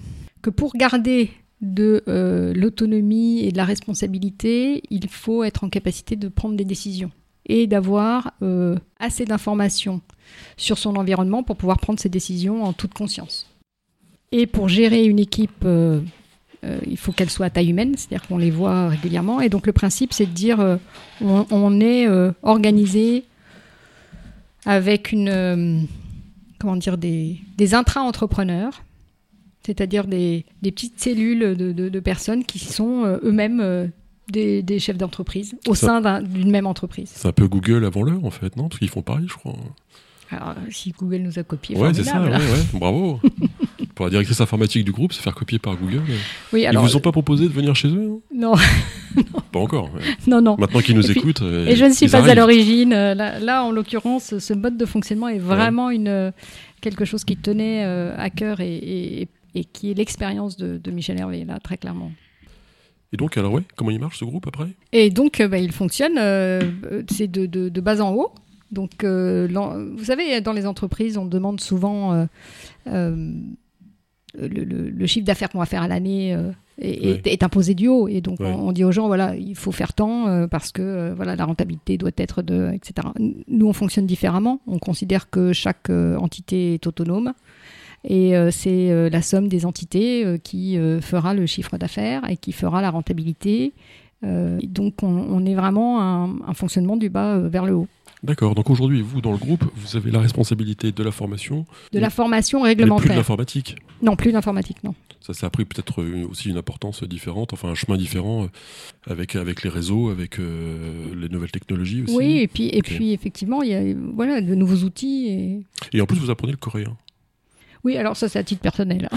Speaker 2: que pour garder de euh, l'autonomie et de la responsabilité, il faut être en capacité de prendre des décisions et d'avoir euh, assez d'informations sur son environnement pour pouvoir prendre ses décisions en toute conscience. Et pour gérer une équipe, euh, euh, il faut qu'elle soit à taille humaine, c'est-à-dire qu'on les voit régulièrement. Et donc le principe, c'est de dire euh, on, on est euh, organisé avec une... euh, comment dire, des, des intra-entrepreneurs, c'est-à-dire des, des petites cellules de, de- de personnes qui sont euh, eux-mêmes euh, des, des chefs d'entreprise au
Speaker 1: Ça-
Speaker 2: sein d'un- d'une même entreprise.
Speaker 1: C'est un peu Google avant l'heure, en fait, non Parce qu'ils font pareil, je crois.
Speaker 2: Alors, si Google nous a copié,
Speaker 1: ouais, c'est ça,
Speaker 2: formidable.
Speaker 1: ouais,
Speaker 2: [laughs]
Speaker 1: ouais. bravo. Pour la directrice informatique du groupe, se faire copier par Google.
Speaker 2: Oui,
Speaker 1: Ils
Speaker 2: alors, euh,
Speaker 1: vous ont pas proposé de venir chez eux
Speaker 2: non, [laughs]
Speaker 1: hein Pas encore. ouais.
Speaker 2: non, non.
Speaker 1: Maintenant qu'ils nous
Speaker 2: Et puis-
Speaker 1: écoutent. euh,
Speaker 2: Et je ne suis
Speaker 1: ils
Speaker 2: pas à
Speaker 1: arrivent.
Speaker 2: l'origine. Euh, Là, là, en l'occurrence, ce mode de fonctionnement est vraiment une, euh, quelque chose qui tenait euh, à cœur et, et- et qui est l'expérience de, de Michel Hervé, là, très clairement.
Speaker 1: Et donc, alors, ouais, comment il marche ce groupe après
Speaker 2: Et donc, euh, bah, il fonctionne, euh, euh, c'est de, de- de bas en haut. Donc, euh, l'en- vous savez, dans les entreprises, on demande souvent euh, euh, le, le- le chiffre d'affaires qu'on va faire à l'année euh, est,
Speaker 1: Ouais.
Speaker 2: est- est imposé du haut. Et donc,
Speaker 1: Ouais.
Speaker 2: on, on dit aux gens, voilà, il faut faire tant euh, parce que euh, voilà, la rentabilité doit être de, etc. Nous, on fonctionne différemment. On considère que chaque euh, entité est autonome. Et euh, c'est euh, la somme des entités euh, qui euh, fera le chiffre d'affaires et qui fera la rentabilité. Euh, et donc on, on est vraiment un, un fonctionnement du bas euh, vers le haut.
Speaker 1: D'accord, donc aujourd'hui, vous, dans le groupe, vous avez la responsabilité de la formation,
Speaker 2: De la formation
Speaker 1: mais plus de
Speaker 2: réglementaire.
Speaker 1: l'informatique.
Speaker 2: Non, plus d'informatique, non.
Speaker 1: Ça, ça a pris peut-être une- aussi une importance différente, enfin un chemin différent euh, avec, avec les réseaux, avec euh, les nouvelles technologies aussi.
Speaker 2: Oui, et puis, et
Speaker 1: Ok.
Speaker 2: puis effectivement, il y a voilà, de nouveaux outils. et-
Speaker 1: Et en plus, vous apprenez le coréen.
Speaker 2: Oui, alors ça, c'est à titre personnel. hein.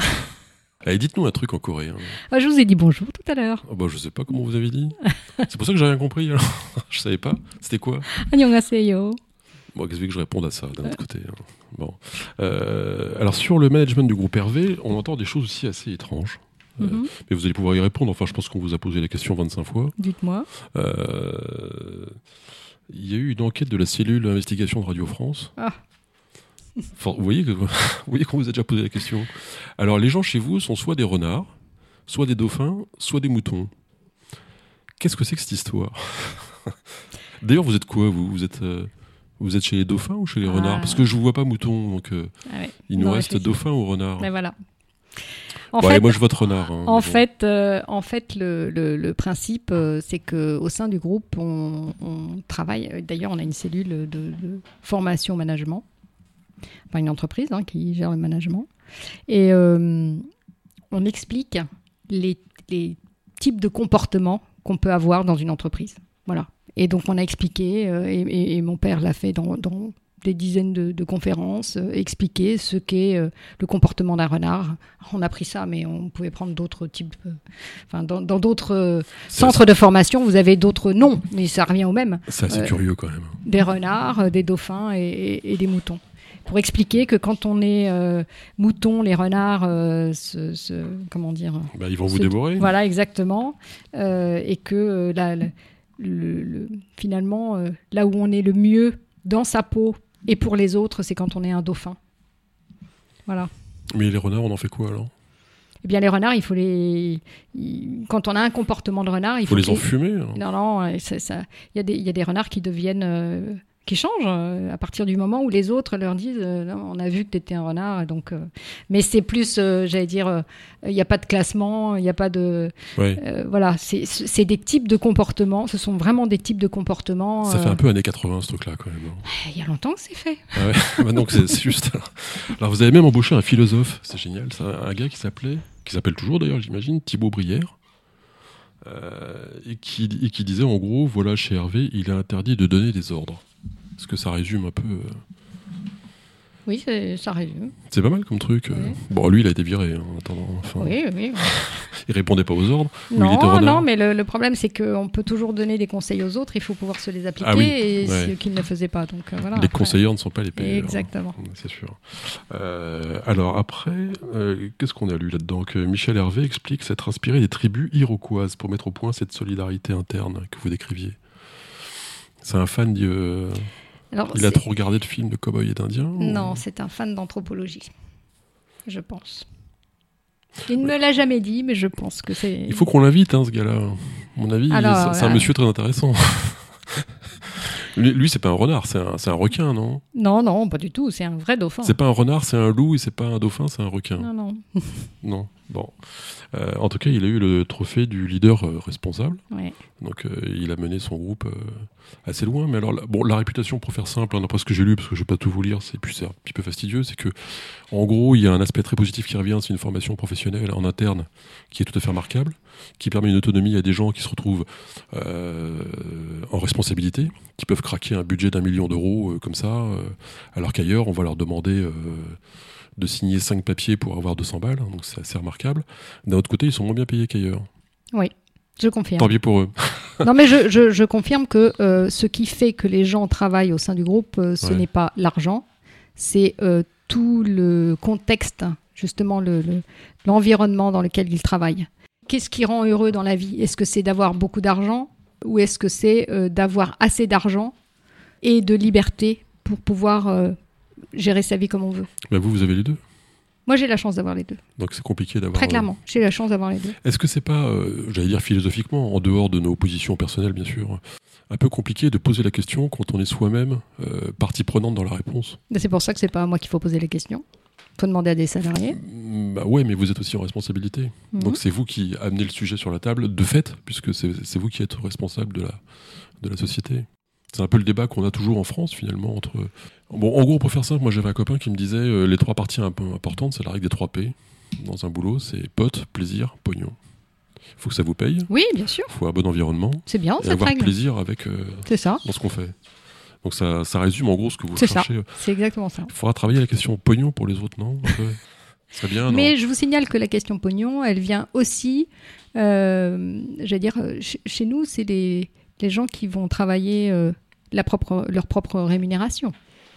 Speaker 1: Allez, dites-nous un truc en coréen.
Speaker 2: Ah, Je vous ai dit bonjour tout à l'heure.
Speaker 1: Oh, bah, je sais pas comment vous avez dit. C'est pour ça que j'ai rien compris. Alors. [laughs] je savais pas. C'était quoi
Speaker 2: Annyeonghaseyo.
Speaker 1: Bon, qu'est-ce que je réponds à ça d'un autre côté hein. Bon. Euh, alors sur le management du groupe Hervé, on entend des choses aussi assez étranges. Euh,
Speaker 2: Mhm.
Speaker 1: Mais vous allez pouvoir y répondre. Enfin, je pense qu'on vous a posé la question 25 fois.
Speaker 2: Dites-moi.
Speaker 1: Euh, Il y a eu une enquête de la cellule investigation de Radio France.
Speaker 2: Ah.
Speaker 1: Enfin, vous voyez que- vous [laughs] voyez qu'on vous a déjà posé la question. Alors, les gens chez vous sont soit des renards, soit des dauphins, soit des moutons. Qu'est-ce que c'est que cette histoire [laughs] D'ailleurs, vous êtes quoi vous Vous êtes euh, vous êtes chez les dauphins ou chez les
Speaker 2: Ah.
Speaker 1: renards Parce que je vous vois pas mouton, donc euh,
Speaker 2: Ah ouais.
Speaker 1: il nous
Speaker 2: Non,
Speaker 1: reste
Speaker 2: réfléchis.
Speaker 1: dauphin ou renard.
Speaker 2: Mais Ben, voilà. En
Speaker 1: Bon,
Speaker 2: fait,
Speaker 1: allez, moi, je vote renard. hein,
Speaker 2: En
Speaker 1: mais bon.
Speaker 2: fait, euh, en fait, le, le- le principe, euh, c'est que au sein du groupe, on, on travaille. euh, D'ailleurs, on a une cellule de, de formation management, enfin une entreprise hein, qui gère le management, et euh, on explique les, les types de comportements qu'on peut avoir dans une entreprise. Voilà. Et donc, on a expliqué, euh, et, et- et mon père l'a fait dans, dans des dizaines de, de conférences, euh, expliquer ce qu'est euh, le comportement d'un renard. On a pris ça, mais on pouvait prendre d'autres types. euh, Enfin, dans dans d'autres euh,
Speaker 1: C'est assez-
Speaker 2: centres de formation, vous avez d'autres noms, mais ça revient au même.
Speaker 1: c'est assez
Speaker 2: Ouais.
Speaker 1: curieux quand même.
Speaker 2: Des renards, euh, des dauphins et, et- et des moutons. Pour expliquer que quand on est euh, mouton, les renards, euh, se- se- comment dire,
Speaker 1: Bah, ils vont vous
Speaker 2: C'est-
Speaker 1: dévorer.
Speaker 2: voilà, exactement. Euh, et que euh, la- la- le- le- finalement, euh, là où on est le mieux dans sa peau et pour les autres, c'est quand on est un dauphin. Voilà.
Speaker 1: Mais les renards, on en fait quoi alors
Speaker 2: Eh bien, les renards, il faut les. il- Quand on a un comportement de renard, il
Speaker 1: Faut
Speaker 2: faut,
Speaker 1: les
Speaker 2: qu'il-
Speaker 1: enfumer. hein. alors.
Speaker 2: Non, non, euh, c'est ça. Il y, a des- il y a des renards qui deviennent. euh, qui changent euh, à partir du moment où les autres leur disent euh, Non, on a vu que tu étais un renard. Donc, euh, Mais c'est plus, euh, j'allais dire, euh, il n'y a pas de classement, il n'y a pas de.
Speaker 1: Ouais.
Speaker 2: Euh, voilà, c'est- c'est des types de comportements, ce sont vraiment des types de comportements.
Speaker 1: Ça fait
Speaker 2: euh,
Speaker 1: un peu années 80 ce truc-là quand même. hein.
Speaker 2: Il y a longtemps que c'est fait.
Speaker 1: Ah ouais. Maintenant que c'est c'est juste. Alors vous avez même embauché un philosophe, c'est génial, ça, un gars qui s'appelait, qui s'appelle toujours d'ailleurs, j'imagine, Thibaut Brière, euh, et, qui, et qui disait en gros, voilà, chez Hervé, il est interdit de donner des ordres. Parce que ça résume un peu. euh,
Speaker 2: Oui, c'est- ça résume.
Speaker 1: C'est pas mal comme truc. euh.
Speaker 2: Ouais.
Speaker 1: Bon, lui, il a été viré hein, en attendant. Enfin,
Speaker 2: Oui, oui. oui.
Speaker 1: Il répondait pas aux ordres. Ou il était
Speaker 2: non,
Speaker 1: renard.
Speaker 2: non, mais le, le problème, c'est qu'on peut toujours donner des conseils aux autres, il faut pouvoir se les appliquer
Speaker 1: Ah oui,
Speaker 2: et
Speaker 1: ouais.
Speaker 2: ceux qui ne le faisaient pas. Donc, euh, voilà,
Speaker 1: Les euh,
Speaker 2: après.
Speaker 1: conseillers ne sont pas les payeurs.
Speaker 2: Exactement.
Speaker 1: Ouais, C'est sûr. Euh, alors après, euh, qu'est-ce qu'on a lu là-dedans Que Michel Hervé explique s'être inspiré des tribus iroquoises pour mettre au point cette solidarité interne que vous décriviez. C'est un fan, du, euh,
Speaker 2: Alors,
Speaker 1: il a
Speaker 2: c'est-
Speaker 1: trop regardé de films de cow-boys et d'indiens ou-
Speaker 2: Non, c'est un fan d'anthropologie, je pense. Il ne me l'a jamais dit, mais je pense que c'est.
Speaker 1: Il faut qu'on l'invite, hein, ce gars-là. À mon avis, il-
Speaker 2: Alors,
Speaker 1: c'est c'est un
Speaker 2: euh,
Speaker 1: monsieur très intéressant. [laughs] lui, lui, c'est pas un renard, c'est un, c'est un requin, non
Speaker 2: Non, non, pas du tout, c'est un vrai dauphin.
Speaker 1: C'est pas un renard, c'est un loup, et c'est pas un dauphin, c'est un requin.
Speaker 2: Non, non.
Speaker 1: Non. Bon. Euh, en tout cas, il a eu le trophée du leader euh, responsable.
Speaker 2: Ouais.
Speaker 1: Donc euh, il a mené son groupe euh, assez loin. Mais alors, la- bon, la réputation, pour faire simple, hein, d'après ce que j'ai lu, parce que je ne vais pas tout vous lire, c'est puis c'est un petit peu fastidieux, c'est que en gros, il y a un aspect très positif qui revient, c'est une formation professionnelle en interne qui est tout à fait remarquable, qui permet une autonomie à des gens qui se retrouvent euh, en responsabilité, qui peuvent craquer un budget d'un million d'euros euh, comme ça, euh, alors qu'ailleurs, on va leur demander... euh, de signer cinq papiers pour avoir 200 balles, hein, donc c'est assez remarquable. D'un autre côté, ils sont moins bien payés qu'ailleurs.
Speaker 2: Je confirme.
Speaker 1: Tant pis pour eux. [laughs]
Speaker 2: Non, mais je, je- je confirme que euh, ce qui fait que les gens travaillent au sein du groupe, euh, ce
Speaker 1: Ouais.
Speaker 2: n'est pas l'argent, c'est euh, tout le contexte, justement le- le- l'environnement dans lequel ils travaillent. Qu'est-ce qui rend heureux dans la vie Est-ce que c'est d'avoir beaucoup d'argent ou est-ce que c'est euh, d'avoir assez d'argent et de liberté pour pouvoir euh, gérer sa vie comme on veut
Speaker 1: Bah, vous, vous avez les deux.
Speaker 2: Moi, j'ai la chance d'avoir les deux,
Speaker 1: Donc c'est compliqué d'avoir.
Speaker 2: très
Speaker 1: euh,
Speaker 2: clairement. J'ai la chance d'avoir les deux.
Speaker 1: Est-ce que c'est pas, euh, j'allais dire philosophiquement, en dehors de nos positions personnelles bien sûr, un peu compliqué de poser la question quand on est soi-même euh, partie prenante dans la réponse
Speaker 2: Mais C'est pour ça que c'est pas à moi qu'il faut poser les questions. faut demander à des salariés.
Speaker 1: Mm, Bah ouais, mais vous êtes aussi en responsabilité.
Speaker 2: Mhm.
Speaker 1: Donc c'est vous qui amenez le sujet sur la table de fait, puisque c'est c'est vous qui êtes responsable de la, de la société. C'est un peu le débat qu'on a toujours en France finalement entre. Bon, en gros, pour faire simple, moi j'avais un copain qui me disait euh, les trois parties imp- importantes, c'est la règle des trois P. dans un boulot, c'est potes, plaisir, pognon. Il faut que ça vous paye, il
Speaker 2: Oui, bien sûr.
Speaker 1: faut un bon environnement,
Speaker 2: C'est bien,
Speaker 1: et
Speaker 2: cette
Speaker 1: avoir
Speaker 2: règle.
Speaker 1: plaisir avec, euh,
Speaker 2: C'est ça.
Speaker 1: dans ce qu'on fait. Donc ça, ça résume en gros ce que vous
Speaker 2: C'est ça.
Speaker 1: cherchez.
Speaker 2: C'est exactement ça.
Speaker 1: Il faudra travailler la question pognon pour les autres, non un peu Ce serait bien, non
Speaker 2: Mais je vous signale que la question pognon, elle vient aussi, euh, j'allais dire, euh, ch- chez nous, c'est les, les gens qui vont travailler euh, la propre, leur propre rémunération.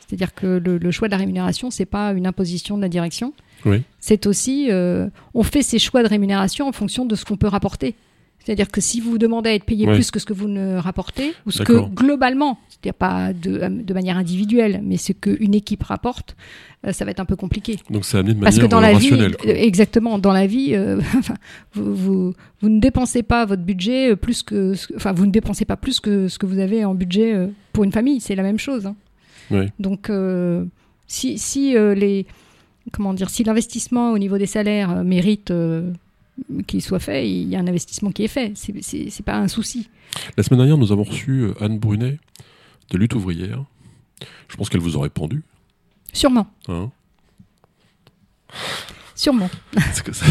Speaker 2: C'est-à-dire que le, le choix de la rémunération, c'est pas une imposition de la direction.
Speaker 1: Oui.
Speaker 2: C'est aussi, euh, on fait ses choix de rémunération en fonction de ce qu'on peut rapporter. C'est-à-dire que si vous demandez à être payé
Speaker 1: Ouais.
Speaker 2: plus que ce que vous ne rapportez, ou ce que
Speaker 1: D'accord.
Speaker 2: globalement, c'est-à-dire pas de, euh, de manière individuelle, mais ce qu'une équipe rapporte, euh, ça va être un peu compliqué.
Speaker 1: Donc ça amené de
Speaker 2: Parce
Speaker 1: manière
Speaker 2: que dans
Speaker 1: euh,
Speaker 2: la vie,
Speaker 1: rationnelle. quoi.
Speaker 2: euh, exactement, dans la vie, euh, [laughs] enfin, vous, vous, vous ne dépensez pas votre budget euh, plus que, ce que- enfin, vous ne dépensez pas plus que ce que vous avez en budget euh, pour une famille. C'est la même chose. hein.
Speaker 1: Oui.
Speaker 2: Donc, euh, si, si euh, les, comment dire, si l'investissement au niveau des salaires euh, mérite euh, qu'il soit fait, il y a un investissement qui est fait. C'est- C'est c'est pas un souci.
Speaker 1: La semaine dernière, nous avons reçu euh, Anne Brunet de Lutte Ouvrière. Je pense qu'elle vous aurait pendu.
Speaker 2: Sûrement, [laughs]
Speaker 1: hein.
Speaker 2: sûrement.
Speaker 1: Parce que ça-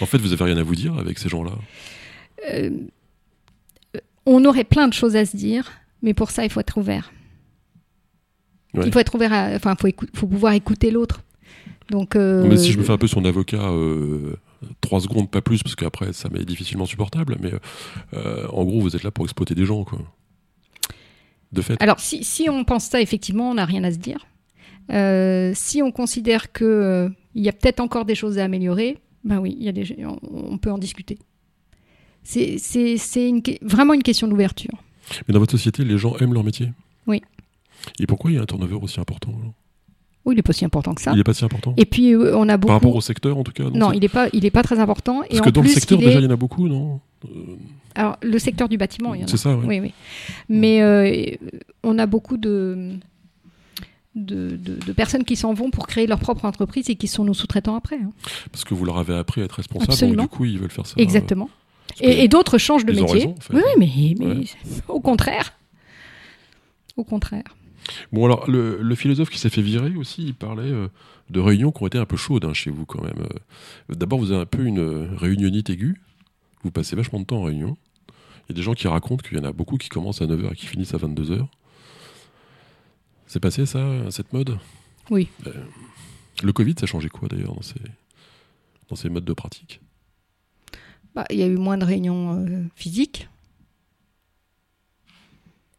Speaker 1: en fait, vous avez rien à vous dire avec ces gens-là.
Speaker 2: Euh, on aurait plein de choses à se dire, mais pour ça, il faut être ouvert.
Speaker 1: Ouais.
Speaker 2: Il faut être ouvert, à- enfin, faut, écou- faut pouvoir écouter l'autre. Donc, euh,
Speaker 1: Non, Mais si je me fais un peu son avocat, euh, trois secondes, pas plus, parce qu'après, ça m'est difficilement supportable. Mais euh, en gros, vous êtes là pour exploiter des gens, quoi. De fait.
Speaker 2: alors si, si on pense ça, effectivement, on n'a rien à se dire. Euh, si on considère que euh, il y a peut-être encore des choses à améliorer, ben oui, il y a des, on, on peut en discuter. C'est- C'est c'est une que- vraiment une question d'ouverture.
Speaker 1: Mais dans votre société, les gens aiment leur métier.
Speaker 2: Oui.
Speaker 1: Et pourquoi il y a un turnover aussi important alors
Speaker 2: Oui, Oh, il n'est pas si important que ça.
Speaker 1: Il n'est pas si important
Speaker 2: Et puis, euh, on a beaucoup.
Speaker 1: Par rapport au secteur, en tout cas
Speaker 2: non,
Speaker 1: c'est-
Speaker 2: il n'est pas, il est pas très important. et
Speaker 1: Parce
Speaker 2: en
Speaker 1: que dans le
Speaker 2: plus,
Speaker 1: secteur,
Speaker 2: il
Speaker 1: déjà,
Speaker 2: est-
Speaker 1: il y en a beaucoup, non Euh,
Speaker 2: Alors, le secteur du bâtiment, il y en a.
Speaker 1: C'est ça, oui.
Speaker 2: Oui, oui. Mais euh, on a beaucoup de, de, de- de personnes qui s'en vont pour créer leur propre entreprise et qui sont nos sous-traitants après. hein.
Speaker 1: Parce que vous leur avez appris à être responsable,
Speaker 2: Absolument.
Speaker 1: donc du coup, ils veulent faire ça.
Speaker 2: Exactement.
Speaker 1: euh, parce que-
Speaker 2: Et, et d'autres changent de
Speaker 1: ils ont
Speaker 2: métier.
Speaker 1: raison, en fait.
Speaker 2: Oui, oui, mais, mais
Speaker 1: Ouais.
Speaker 2: [laughs] au contraire. Au contraire.
Speaker 1: Bon, alors, le, le philosophe qui s'est fait virer aussi, il parlait euh, de réunions qui ont été un peu chaudes hein, chez vous, quand même. Euh, D'abord, vous avez un peu une euh, réunionnite aiguë. Vous passez vachement de temps en réunion. Il y a des gens qui racontent qu'il y en a beaucoup qui commencent à 9h et qui finissent à 22h. C'est passé, ça, cette mode
Speaker 2: Oui.
Speaker 1: Euh, le Covid, ça a changé quoi, d'ailleurs, dans ces, dans ces modes de pratique
Speaker 2: Bah, Il y a eu moins de réunions euh, physiques.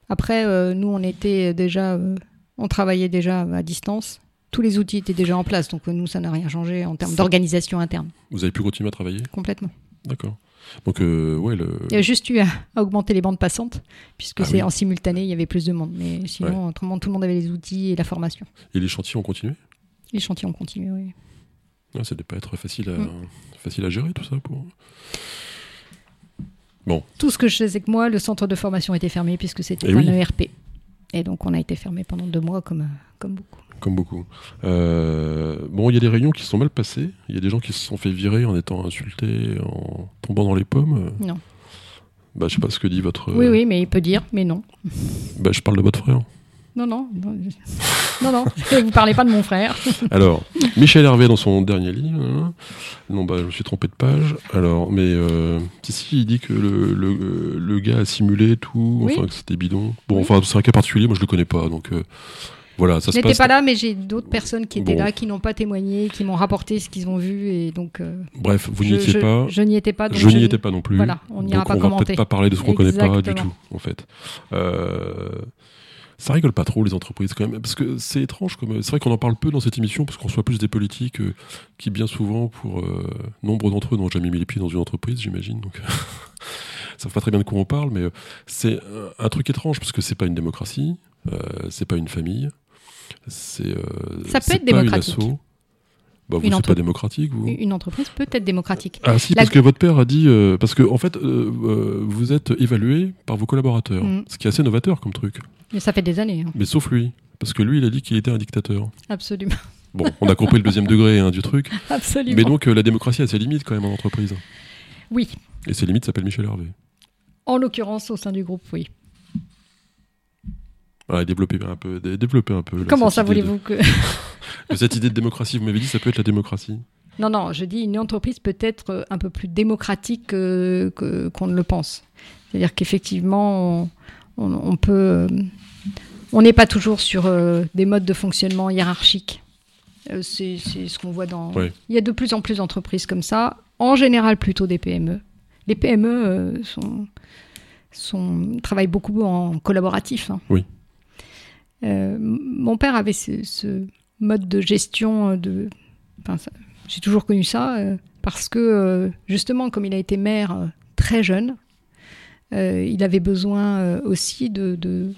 Speaker 2: Après, euh, nous, on était déjà, euh, on travaillait déjà à distance. Tous les outils étaient déjà en place, donc euh, nous, ça n'a rien changé en termes
Speaker 1: Ça-
Speaker 2: d'organisation interne,
Speaker 1: Vous avez pu continuer à travailler
Speaker 2: complètement.
Speaker 1: D'accord. Donc, euh, ouais, le...
Speaker 2: Il y a juste eu à, à augmenter les bandes passantes, puisque
Speaker 1: Ah
Speaker 2: c'est
Speaker 1: oui.
Speaker 2: en simultané, il y avait plus de monde. Mais sinon, autrement, tout le monde avait les outils et la formation.
Speaker 1: et les chantiers ont continué
Speaker 2: Les chantiers ont continué. oui.
Speaker 1: Ouais, Ça ne devait pas être facile à,
Speaker 2: Mm.
Speaker 1: facile à gérer, tout ça. Pour...
Speaker 2: Tout ce que je sais, c'est que moi, le centre de formation était fermé, puisque c'était
Speaker 1: Eh
Speaker 2: un
Speaker 1: oui.
Speaker 2: ERP. Et donc, on a été fermé pendant deux mois, comme, euh, comme beaucoup.
Speaker 1: Comme beaucoup. Euh, bon, il y a des réunions qui se sont mal passées. Il y a des gens qui se sont fait virer en étant insultés, en tombant dans les pommes.
Speaker 2: Non.
Speaker 1: Bah, je sais pas ce que dit votre.
Speaker 2: Oui, oui, mais il peut dire, mais non.
Speaker 1: Bah, je parle de votre frère.
Speaker 2: Non, non. Non, non, non, vous parlez pas de mon frère.
Speaker 1: Alors, Michel Hervé dans son dernier livre. hein. Non, bah, je me suis trompé de page. Alors, mais euh, si, si, il dit que le, le- le gars a simulé tout,
Speaker 2: Oui.
Speaker 1: enfin que c'était bidon. Bon,
Speaker 2: Oui.
Speaker 1: enfin, c'est un cas particulier. Moi, je le connais pas, donc euh, voilà, ça
Speaker 2: Je
Speaker 1: se
Speaker 2: n'étais
Speaker 1: passe.
Speaker 2: pas là, mais j'ai d'autres personnes qui étaient
Speaker 1: Bon.
Speaker 2: là, qui n'ont pas témoigné, qui m'ont rapporté ce qu'ils ont vu. Et donc, euh,
Speaker 1: Bref, vous n'y
Speaker 2: je-
Speaker 1: étiez
Speaker 2: je-
Speaker 1: pas.
Speaker 2: Je n'y étais pas. donc
Speaker 1: Je n'y
Speaker 2: ne-
Speaker 1: étais pas non plus.
Speaker 2: Voilà, on n'ira
Speaker 1: donc
Speaker 2: pas
Speaker 1: on va
Speaker 2: commenter.
Speaker 1: peut-être pas parler de ce qu'on connaît pas du
Speaker 2: Exactement.
Speaker 1: tout, en fait. Euh, ça rigole pas trop les entreprises quand même, parce que c'est étrange. Comme c'est vrai qu'on en parle peu dans cette émission, parce qu'on soit plus des politiques euh, qui bien souvent, pour euh, nombre d'entre eux, n'ont jamais mis les pieds dans une entreprise, j'imagine. Donc, [laughs] ça savent pas très bien de quoi on parle, mais euh, c'est euh, un truc étrange parce que c'est pas une démocratie, euh, c'est pas une famille, c'est euh,
Speaker 2: Ça peut
Speaker 1: c'est
Speaker 2: être
Speaker 1: pas une
Speaker 2: démocratique.
Speaker 1: asso. Bah, vous
Speaker 2: Une
Speaker 1: c'est
Speaker 2: entre-
Speaker 1: pas démocratique, vous.
Speaker 2: Une entreprise peut être démocratique.
Speaker 1: Ah si,
Speaker 2: La-
Speaker 1: parce que votre père a dit... euh, parce que, en fait, euh, euh, vous êtes évalué par vos collaborateurs,
Speaker 2: Mm.
Speaker 1: ce qui est assez novateur comme truc.
Speaker 2: Mais ça fait des années, hein.
Speaker 1: Mais sauf lui, parce que lui, il a dit qu'il était un dictateur.
Speaker 2: absolument.
Speaker 1: Bon, on a compris le deuxième degré hein, du truc.
Speaker 2: [laughs] absolument.
Speaker 1: Mais donc, euh, la démocratie a ses limites quand même en entreprise.
Speaker 2: Oui,
Speaker 1: Et ses limites s'appellent Michel Hervé.
Speaker 2: en l'occurrence au sein du groupe, oui.
Speaker 1: Voilà, développez Ah, un peu, dé- développez un peu. là,
Speaker 2: Comment
Speaker 1: cette
Speaker 2: ça
Speaker 1: idée de-
Speaker 2: voulez-vous que...
Speaker 1: de Cette idée de démocratie, vous m'avez dit, ça peut être la démocratie.
Speaker 2: Non, non, je dis une entreprise peut-être un peu plus démocratique que- que- qu'on ne le pense. C'est-à-dire qu'effectivement, on, on- on peut, euh, on n'est pas toujours sur euh, des modes de fonctionnement hiérarchiques. Euh, C'est c'est ce qu'on voit dans.
Speaker 1: Oui.
Speaker 2: Il y a de plus en plus d'entreprises comme ça. En général, plutôt des PME. Les PME euh, sont, sont- travaillent beaucoup en collaboratif. hein.
Speaker 1: Oui.
Speaker 2: Euh, m- mon père avait ce, ce mode de gestion euh, de. enfin, ça- j'ai toujours connu ça euh, parce que euh, justement, comme il a été maire euh, très jeune, euh, il avait besoin euh, aussi de, de-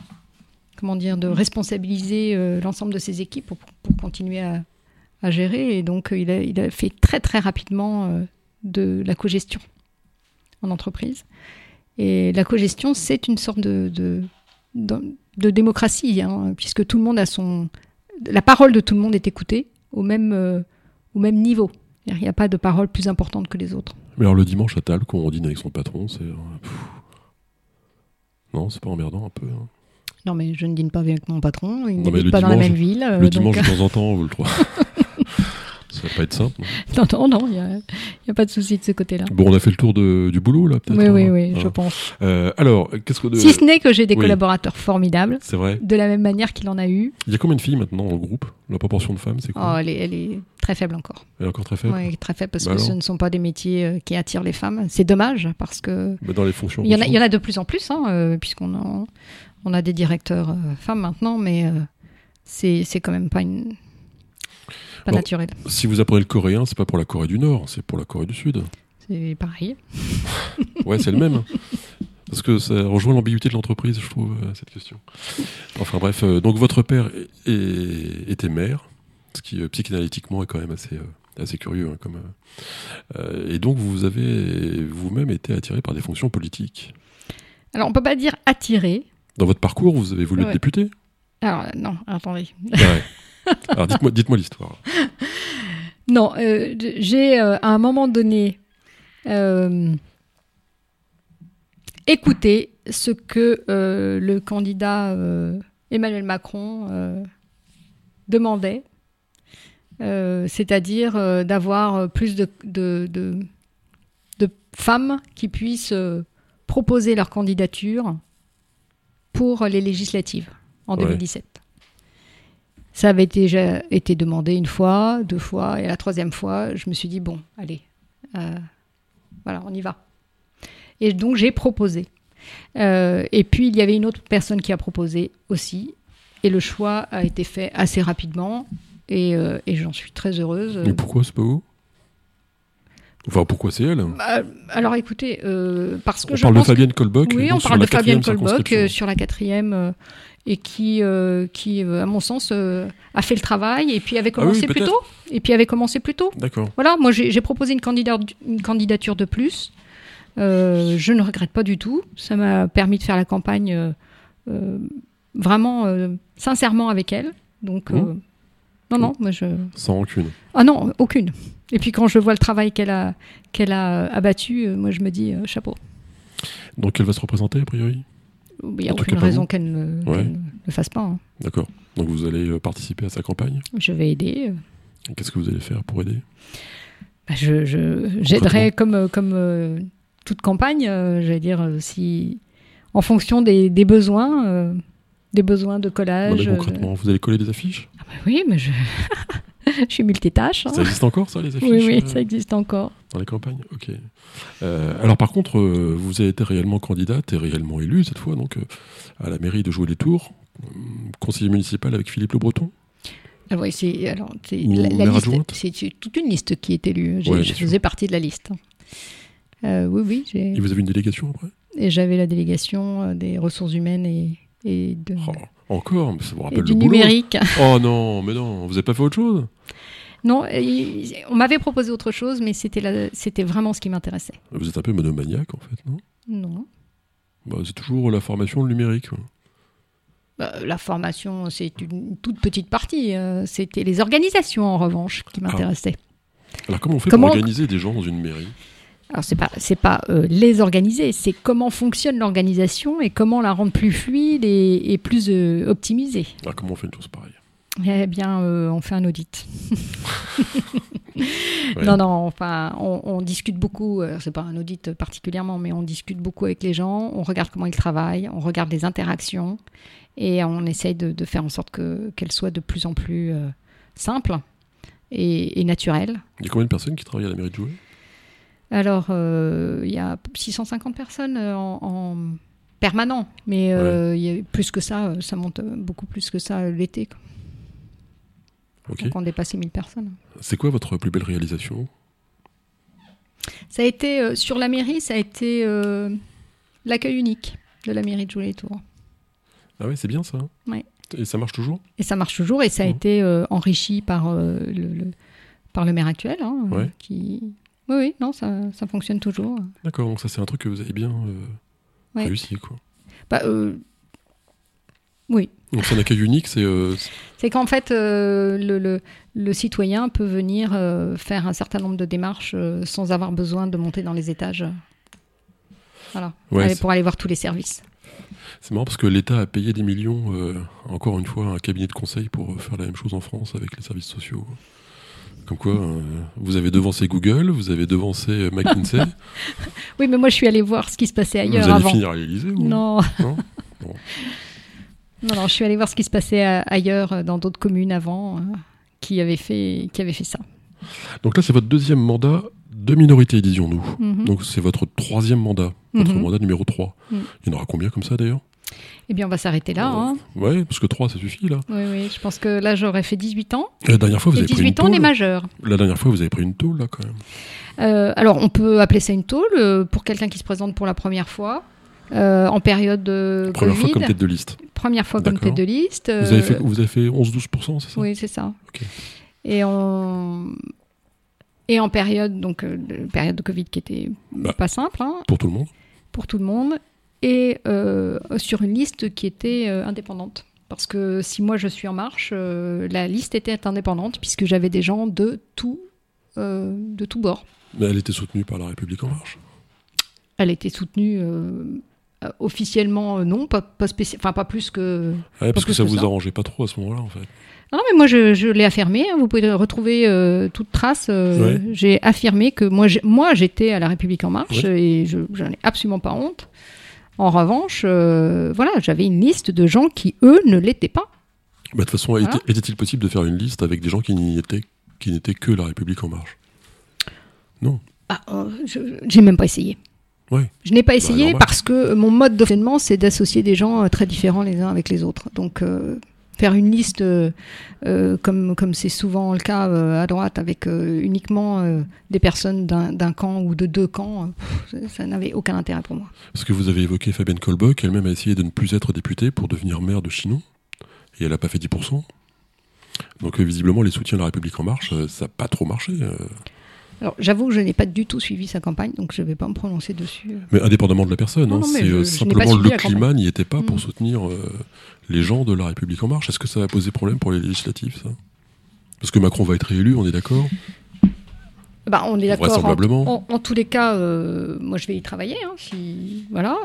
Speaker 2: comment dire de responsabiliser euh, l'ensemble de ses équipes pour, pour continuer à, à gérer. Et donc, euh, il, a, il a fait très très rapidement euh, de la cogestion en entreprise. Et la cogestion, c'est une sorte de, de, de- de démocratie, hein, puisque tout le monde a son la parole de tout le monde est écoutée au même euh, au même niveau. C'est-à-dire, Il n'y a pas de parole plus importante que les autres.
Speaker 1: Mais alors le dimanche à table, quand on dîne avec son patron, c'est. euh, pfff. Non, c'est pas emmerdant un peu. hein.
Speaker 2: Non, mais je ne dîne pas avec mon patron, il
Speaker 1: Non, mais
Speaker 2: n'habite
Speaker 1: le
Speaker 2: pas dans la
Speaker 1: dimanche-
Speaker 2: même ville. euh,
Speaker 1: le
Speaker 2: donc,
Speaker 1: dimanche de temps en temps, vous le trouvez. Ça va pas être simple. non
Speaker 2: [laughs] Non, non, non, il n'y a, il y a pas de souci de ce côté-là.
Speaker 1: Bon, on a fait le tour de- du boulot là, peut-être.
Speaker 2: Oui,
Speaker 1: hein,
Speaker 2: oui, oui,
Speaker 1: hein.
Speaker 2: je pense.
Speaker 1: Euh, alors, qu'est-ce que de-
Speaker 2: Si ce n'est que j'ai des
Speaker 1: oui.
Speaker 2: collaborateurs formidables,
Speaker 1: C'est vrai.
Speaker 2: de la même manière qu'il en a eu.
Speaker 1: Il y a combien de filles maintenant dans le groupe La proportion de femmes, c'est
Speaker 2: Oh,
Speaker 1: quoi
Speaker 2: elle, est, elle est très faible encore.
Speaker 1: Elle est encore très faible.
Speaker 2: Oui, très faible parce
Speaker 1: Bah
Speaker 2: que ce
Speaker 1: alors.
Speaker 2: ne sont pas des métiers euh, qui attirent les femmes. C'est dommage parce que
Speaker 1: Bah, dans les fonctions.
Speaker 2: il y en a, il y
Speaker 1: a...
Speaker 2: en a de plus en plus, hein, euh, puisqu'on en- on a des directeurs euh, femmes maintenant, mais euh, c'est c'est quand même pas une pas
Speaker 1: Bon.
Speaker 2: naturel.
Speaker 1: Si vous apprenez le coréen, c'est pas pour la Corée du Nord, c'est pour la Corée du Sud.
Speaker 2: C'est pareil.
Speaker 1: Ouais, c'est le
Speaker 2: [laughs]
Speaker 1: même. hein. Parce que ça rejoint l'ambiguïté de l'entreprise, je trouve, euh, cette question. Enfin bref, euh, donc votre père est- est- était maire, ce qui euh, psychanalytiquement est quand même assez, euh, assez curieux. hein, comme, euh, euh, et donc vous avez vous-même été attiré par des fonctions politiques.
Speaker 2: Alors on peut pas dire attirer.
Speaker 1: Dans votre parcours, vous avez voulu
Speaker 2: Ouais.
Speaker 1: être
Speaker 2: [laughs]
Speaker 1: député
Speaker 2: Alors non, attendez.
Speaker 1: Ouais. Alors dites-moi dites-moi
Speaker 2: [laughs]
Speaker 1: l'histoire.
Speaker 2: Non, euh, j'ai euh, à un moment donné euh, écouté ce que euh, le candidat euh, Emmanuel Macron euh, demandait, euh, c'est-à-dire euh, d'avoir euh, plus de, de- de- de femmes qui puissent euh, proposer leur candidature pour les législatives en
Speaker 1: Ouais.
Speaker 2: 2017. Ça avait déjà été demandé une fois, deux fois, et la troisième fois, je me suis dit, bon, allez, euh, voilà, on y va. Et donc j'ai proposé. Euh, et puis il y avait une autre personne qui a proposé aussi, et le choix a été fait assez rapidement, et, euh, et j'en suis très heureuse.
Speaker 1: Mais pourquoi c'est pas vous Enfin, pourquoi c'est elle
Speaker 2: Bah, alors écoutez, euh, parce que
Speaker 1: On
Speaker 2: je
Speaker 1: parle de
Speaker 2: pense
Speaker 1: Fabienne Colbock.
Speaker 2: oui,
Speaker 1: donc
Speaker 2: on
Speaker 1: sur
Speaker 2: parle
Speaker 1: la
Speaker 2: de Fabienne
Speaker 1: quatrième
Speaker 2: Colbock euh,
Speaker 1: circonscription.
Speaker 2: sur la quatrième euh, et qui, euh, qui euh, à mon sens, euh, a fait le travail et puis
Speaker 1: Ah
Speaker 2: avait
Speaker 1: oui,
Speaker 2: commencé plus
Speaker 1: peut-être.
Speaker 2: tôt. Et puis avait commencé plus tôt.
Speaker 1: D'accord.
Speaker 2: Voilà, moi j'ai j'ai proposé une, candidat- une candidature de plus. Euh, je ne regrette pas du tout. Ça m'a permis de faire la campagne euh, euh, vraiment euh, sincèrement avec elle. Donc
Speaker 1: Mhm.
Speaker 2: euh, non, non, moi je
Speaker 1: Sans rancune.
Speaker 2: ah non, aucune. Et puis quand je vois le travail qu'elle a qu'elle a abattu, euh, moi je me dis euh, chapeau.
Speaker 1: Donc elle va se représenter, a priori
Speaker 2: Il n'y a
Speaker 1: En tout cas,
Speaker 2: aucune
Speaker 1: pas
Speaker 2: raison
Speaker 1: vous.
Speaker 2: qu'elle ne,
Speaker 1: Ouais.
Speaker 2: qu'elle ne le fasse pas. hein.
Speaker 1: D'accord. Donc vous allez euh, participer à sa campagne.
Speaker 2: Je vais aider. euh.
Speaker 1: Et Qu'est-ce que vous allez faire pour aider
Speaker 2: Bah, je, je- j'aiderai comme, euh, comme euh, toute campagne, euh, je vais dire, euh, si, en fonction des, des besoins, euh, des besoins de
Speaker 1: Non, mais
Speaker 2: collage. euh,
Speaker 1: concrètement, vous allez coller des affiches
Speaker 2: ah bah oui, mais je, [laughs] je suis multitâche. hein.
Speaker 1: Ça existe encore, ça, les affiches
Speaker 2: Oui, oui,
Speaker 1: euh,
Speaker 2: ça existe encore.
Speaker 1: Dans les campagnes Ok. Euh, alors, par contre, euh, vous avez été réellement candidate et réellement élue cette fois, donc, euh, à la mairie de Jouer les Tours, Hum, conseiller municipal avec Philippe Le Breton.
Speaker 2: Ah oui, c'est, alors, c'est,
Speaker 1: Ou
Speaker 2: la, la
Speaker 1: maire
Speaker 2: liste,
Speaker 1: adjointe
Speaker 2: c'est c'est toute une liste qui est élue. J'ai-
Speaker 1: Ouais, bien
Speaker 2: je
Speaker 1: sûr.
Speaker 2: faisais partie de la liste. Euh, oui, oui, j'ai-
Speaker 1: Et vous avez une délégation après
Speaker 2: et j'avais la délégation euh, des ressources humaines et, et de,
Speaker 1: Oh, Encore Mais ça vous rappelle
Speaker 2: et du
Speaker 1: le boulot.
Speaker 2: numérique.
Speaker 1: Oh non, mais non, vous n'avez pas fait autre chose
Speaker 2: Non, il- on m'avait proposé autre chose, mais c'était la- c'était vraiment ce qui m'intéressait.
Speaker 1: Vous êtes un peu monomaniaque, en fait, non
Speaker 2: Non.
Speaker 1: Bah, C'est toujours la formation, le numérique. quoi.
Speaker 2: Bah, la formation, c'est une toute petite partie. euh, c'était les organisations, en revanche, qui m'intéressaient.
Speaker 1: Alors, comment on fait
Speaker 2: Comment-
Speaker 1: pour organiser des gens dans une mairie
Speaker 2: Ah. Alors, c'est pas, c'est pas euh, les organiser, c'est comment fonctionne l'organisation et comment la rendre plus fluide et, et plus euh, optimisée.
Speaker 1: Alors, comment on fait une chose pareille
Speaker 2: Eh bien, euh, on fait un audit.
Speaker 1: Oui.
Speaker 2: Non, non, enfin, on, on discute beaucoup, euh, c'est pas un audit particulièrement, mais on discute beaucoup avec les gens, on regarde comment ils travaillent, on regarde les interactions et on essaye de, de faire en sorte que- qu'elles soient de plus en plus euh, simples et, et naturelles.
Speaker 1: Il y a combien de personnes qui travaillent à la mairie de Jouer
Speaker 2: Alors, euh, il y a 650 personnes euh, en, en permanent, mais euh, il y a plus que ça, euh, ça monte euh, beaucoup plus que ça euh, l'été. quoi.
Speaker 1: Ok.
Speaker 2: Donc, on dépasse les 1000 personnes.
Speaker 1: C'est quoi votre plus belle réalisation
Speaker 2: Ça a été, euh, sur la mairie, ça a été euh, l'accueil unique de la mairie de Joulet-Tours.
Speaker 1: Ah ouais, c'est bien ça. hein
Speaker 2: Ouais.
Speaker 1: Et ça marche toujours
Speaker 2: Et ça marche toujours et ça a
Speaker 1: Mhm.
Speaker 2: été euh, enrichi par, euh, le, le- par le maire actuel. hein,
Speaker 1: Ouais.
Speaker 2: qui... Oui, oui, non, ça, ça fonctionne toujours.
Speaker 1: D'accord, donc ça c'est un truc que vous avez bien euh,
Speaker 2: Ouais.
Speaker 1: réussi quoi.
Speaker 2: Bah, euh,
Speaker 1: Donc c'est un accueil unique, c'est euh,
Speaker 2: C'est qu'en fait, euh, le, le- le citoyen peut venir euh, faire un certain nombre de démarches euh, sans avoir besoin de monter dans les étages. Voilà,
Speaker 1: Ouais,
Speaker 2: Aller-
Speaker 1: c'est-
Speaker 2: pour aller voir tous les services.
Speaker 1: C'est marrant parce que l'État a payé des millions, euh, encore une fois, à un cabinet de conseil pour euh, faire la même chose en France avec les services sociaux. Comme quoi, euh, vous avez devancé Google, vous avez devancé euh, McKinsey,
Speaker 2: Oui, mais moi, je suis allée voir ce qui se passait
Speaker 1: vous
Speaker 2: [laughs] ailleurs
Speaker 1: allez
Speaker 2: avant.
Speaker 1: finir à l'Élysée ou
Speaker 2: Non.
Speaker 1: Non Bon.
Speaker 2: non, non, je suis allée voir ce qui se passait euh, ailleurs, euh, dans d'autres communes avant, euh, qui, avaient fait, qui avaient fait ça.
Speaker 1: Donc là, c'est votre deuxième mandat de minorité, disions-nous.
Speaker 2: Mhm.
Speaker 1: Donc c'est votre troisième mandat, votre
Speaker 2: Mhm.
Speaker 1: mandat numéro 3.
Speaker 2: Mhm.
Speaker 1: Il y en aura combien comme ça d'ailleurs
Speaker 2: Eh bien, on va s'arrêter là.
Speaker 1: Euh,
Speaker 2: hein.
Speaker 1: Ouais, parce que 3, ça suffit là.
Speaker 2: Oui, oui, je pense que là, j'aurais fait 18 ans.
Speaker 1: La dernière fois, vous
Speaker 2: et
Speaker 1: avez pris une
Speaker 2: 18 ans, on
Speaker 1: tôle.
Speaker 2: est majeur.
Speaker 1: La dernière fois, vous avez pris une tôle là quand même.
Speaker 2: Euh, alors, on peut appeler ça une tôle euh, pour quelqu'un qui se présente pour la première fois. euh, en période de
Speaker 1: Première
Speaker 2: Covid,
Speaker 1: fois comme tête de liste.
Speaker 2: première fois comme
Speaker 1: D'accord.
Speaker 2: tête de liste.
Speaker 1: Vous avez
Speaker 2: euh,
Speaker 1: fait, vous avez fait 11-12%, c'est ça
Speaker 2: Oui, c'est ça.
Speaker 1: Ok.
Speaker 2: Et on et en période donc euh, de- période de Covid qui était
Speaker 1: Bah.
Speaker 2: pas simple hein,
Speaker 1: Pour tout le monde
Speaker 2: pour tout le monde et euh, sur une liste qui était euh, indépendante. Parce que si moi je suis en marche, euh, la liste était indépendante puisque j'avais des gens de tout, euh, de tout bord.
Speaker 1: Mais elle était soutenue par La République En Marche.
Speaker 2: Elle était soutenue euh, euh, officiellement, euh, non, pas, pas, spéci- enfin, pas plus que.
Speaker 1: Ah Ouais, parce que,
Speaker 2: plus
Speaker 1: ça
Speaker 2: que
Speaker 1: vous
Speaker 2: ça.
Speaker 1: arrangeait pas trop à ce moment-là, en fait. Bah,
Speaker 2: Ah non, mais moi je, je l'ai affirmé, hein, vous pouvez retrouver euh, toute trace. euh,
Speaker 1: Ouais.
Speaker 2: J'ai affirmé que moi j'ai- moi, j'étais à La République En Marche et je j'en ai absolument pas honte. En revanche, euh, voilà, j'avais une liste de gens qui, eux, ne l'étaient pas.
Speaker 1: Bah, De toute façon,
Speaker 2: Voilà.
Speaker 1: était- était-il possible de faire une liste avec des gens qui n'y étaient, qui n'étaient que La République En Marche
Speaker 2: Ah, euh, je- j'ai même pas essayé.
Speaker 1: Ouais.
Speaker 2: Je n'ai pas essayé
Speaker 1: normal.
Speaker 2: parce que mon mode de fonctionnement, c'est d'associer des gens euh, très différents les uns avec les autres. Donc, euh, faire une liste, euh, euh, comme comme c'est souvent le cas euh, à droite, avec euh, uniquement euh, des personnes d'un d'un camp ou de deux camps, euh, pff, ça- ça n'avait aucun intérêt pour moi.
Speaker 1: Parce que vous avez évoqué Fabienne Colbock, elle-même a essayé de ne plus être députée pour devenir maire de Chinon, et elle n'a pas fait 10%. Donc euh, visiblement, les soutiens de La République En Marche, euh, ça n'a pas trop marché. euh.
Speaker 2: Alors, j'avoue que je n'ai pas du tout suivi sa campagne, donc je ne vais pas me prononcer dessus. euh,
Speaker 1: Mais indépendamment de la personne,
Speaker 2: Non,
Speaker 1: hein,
Speaker 2: non, mais
Speaker 1: c'est
Speaker 2: je-
Speaker 1: euh,
Speaker 2: je n'ai
Speaker 1: simplement
Speaker 2: pas suivi
Speaker 1: le
Speaker 2: la campagne.
Speaker 1: climat n'y était pas pour
Speaker 2: Mm.
Speaker 1: soutenir euh, les gens de La République En Marche. Est-ce que ça va poser problème pour les législatives, ça Parce que Macron va être réélu, on est d'accord
Speaker 2: Bah, on est d'accord. en-
Speaker 1: Vraisemblablement.
Speaker 2: En, en tous les cas, euh, moi, je vais y travailler. hein, si, voilà.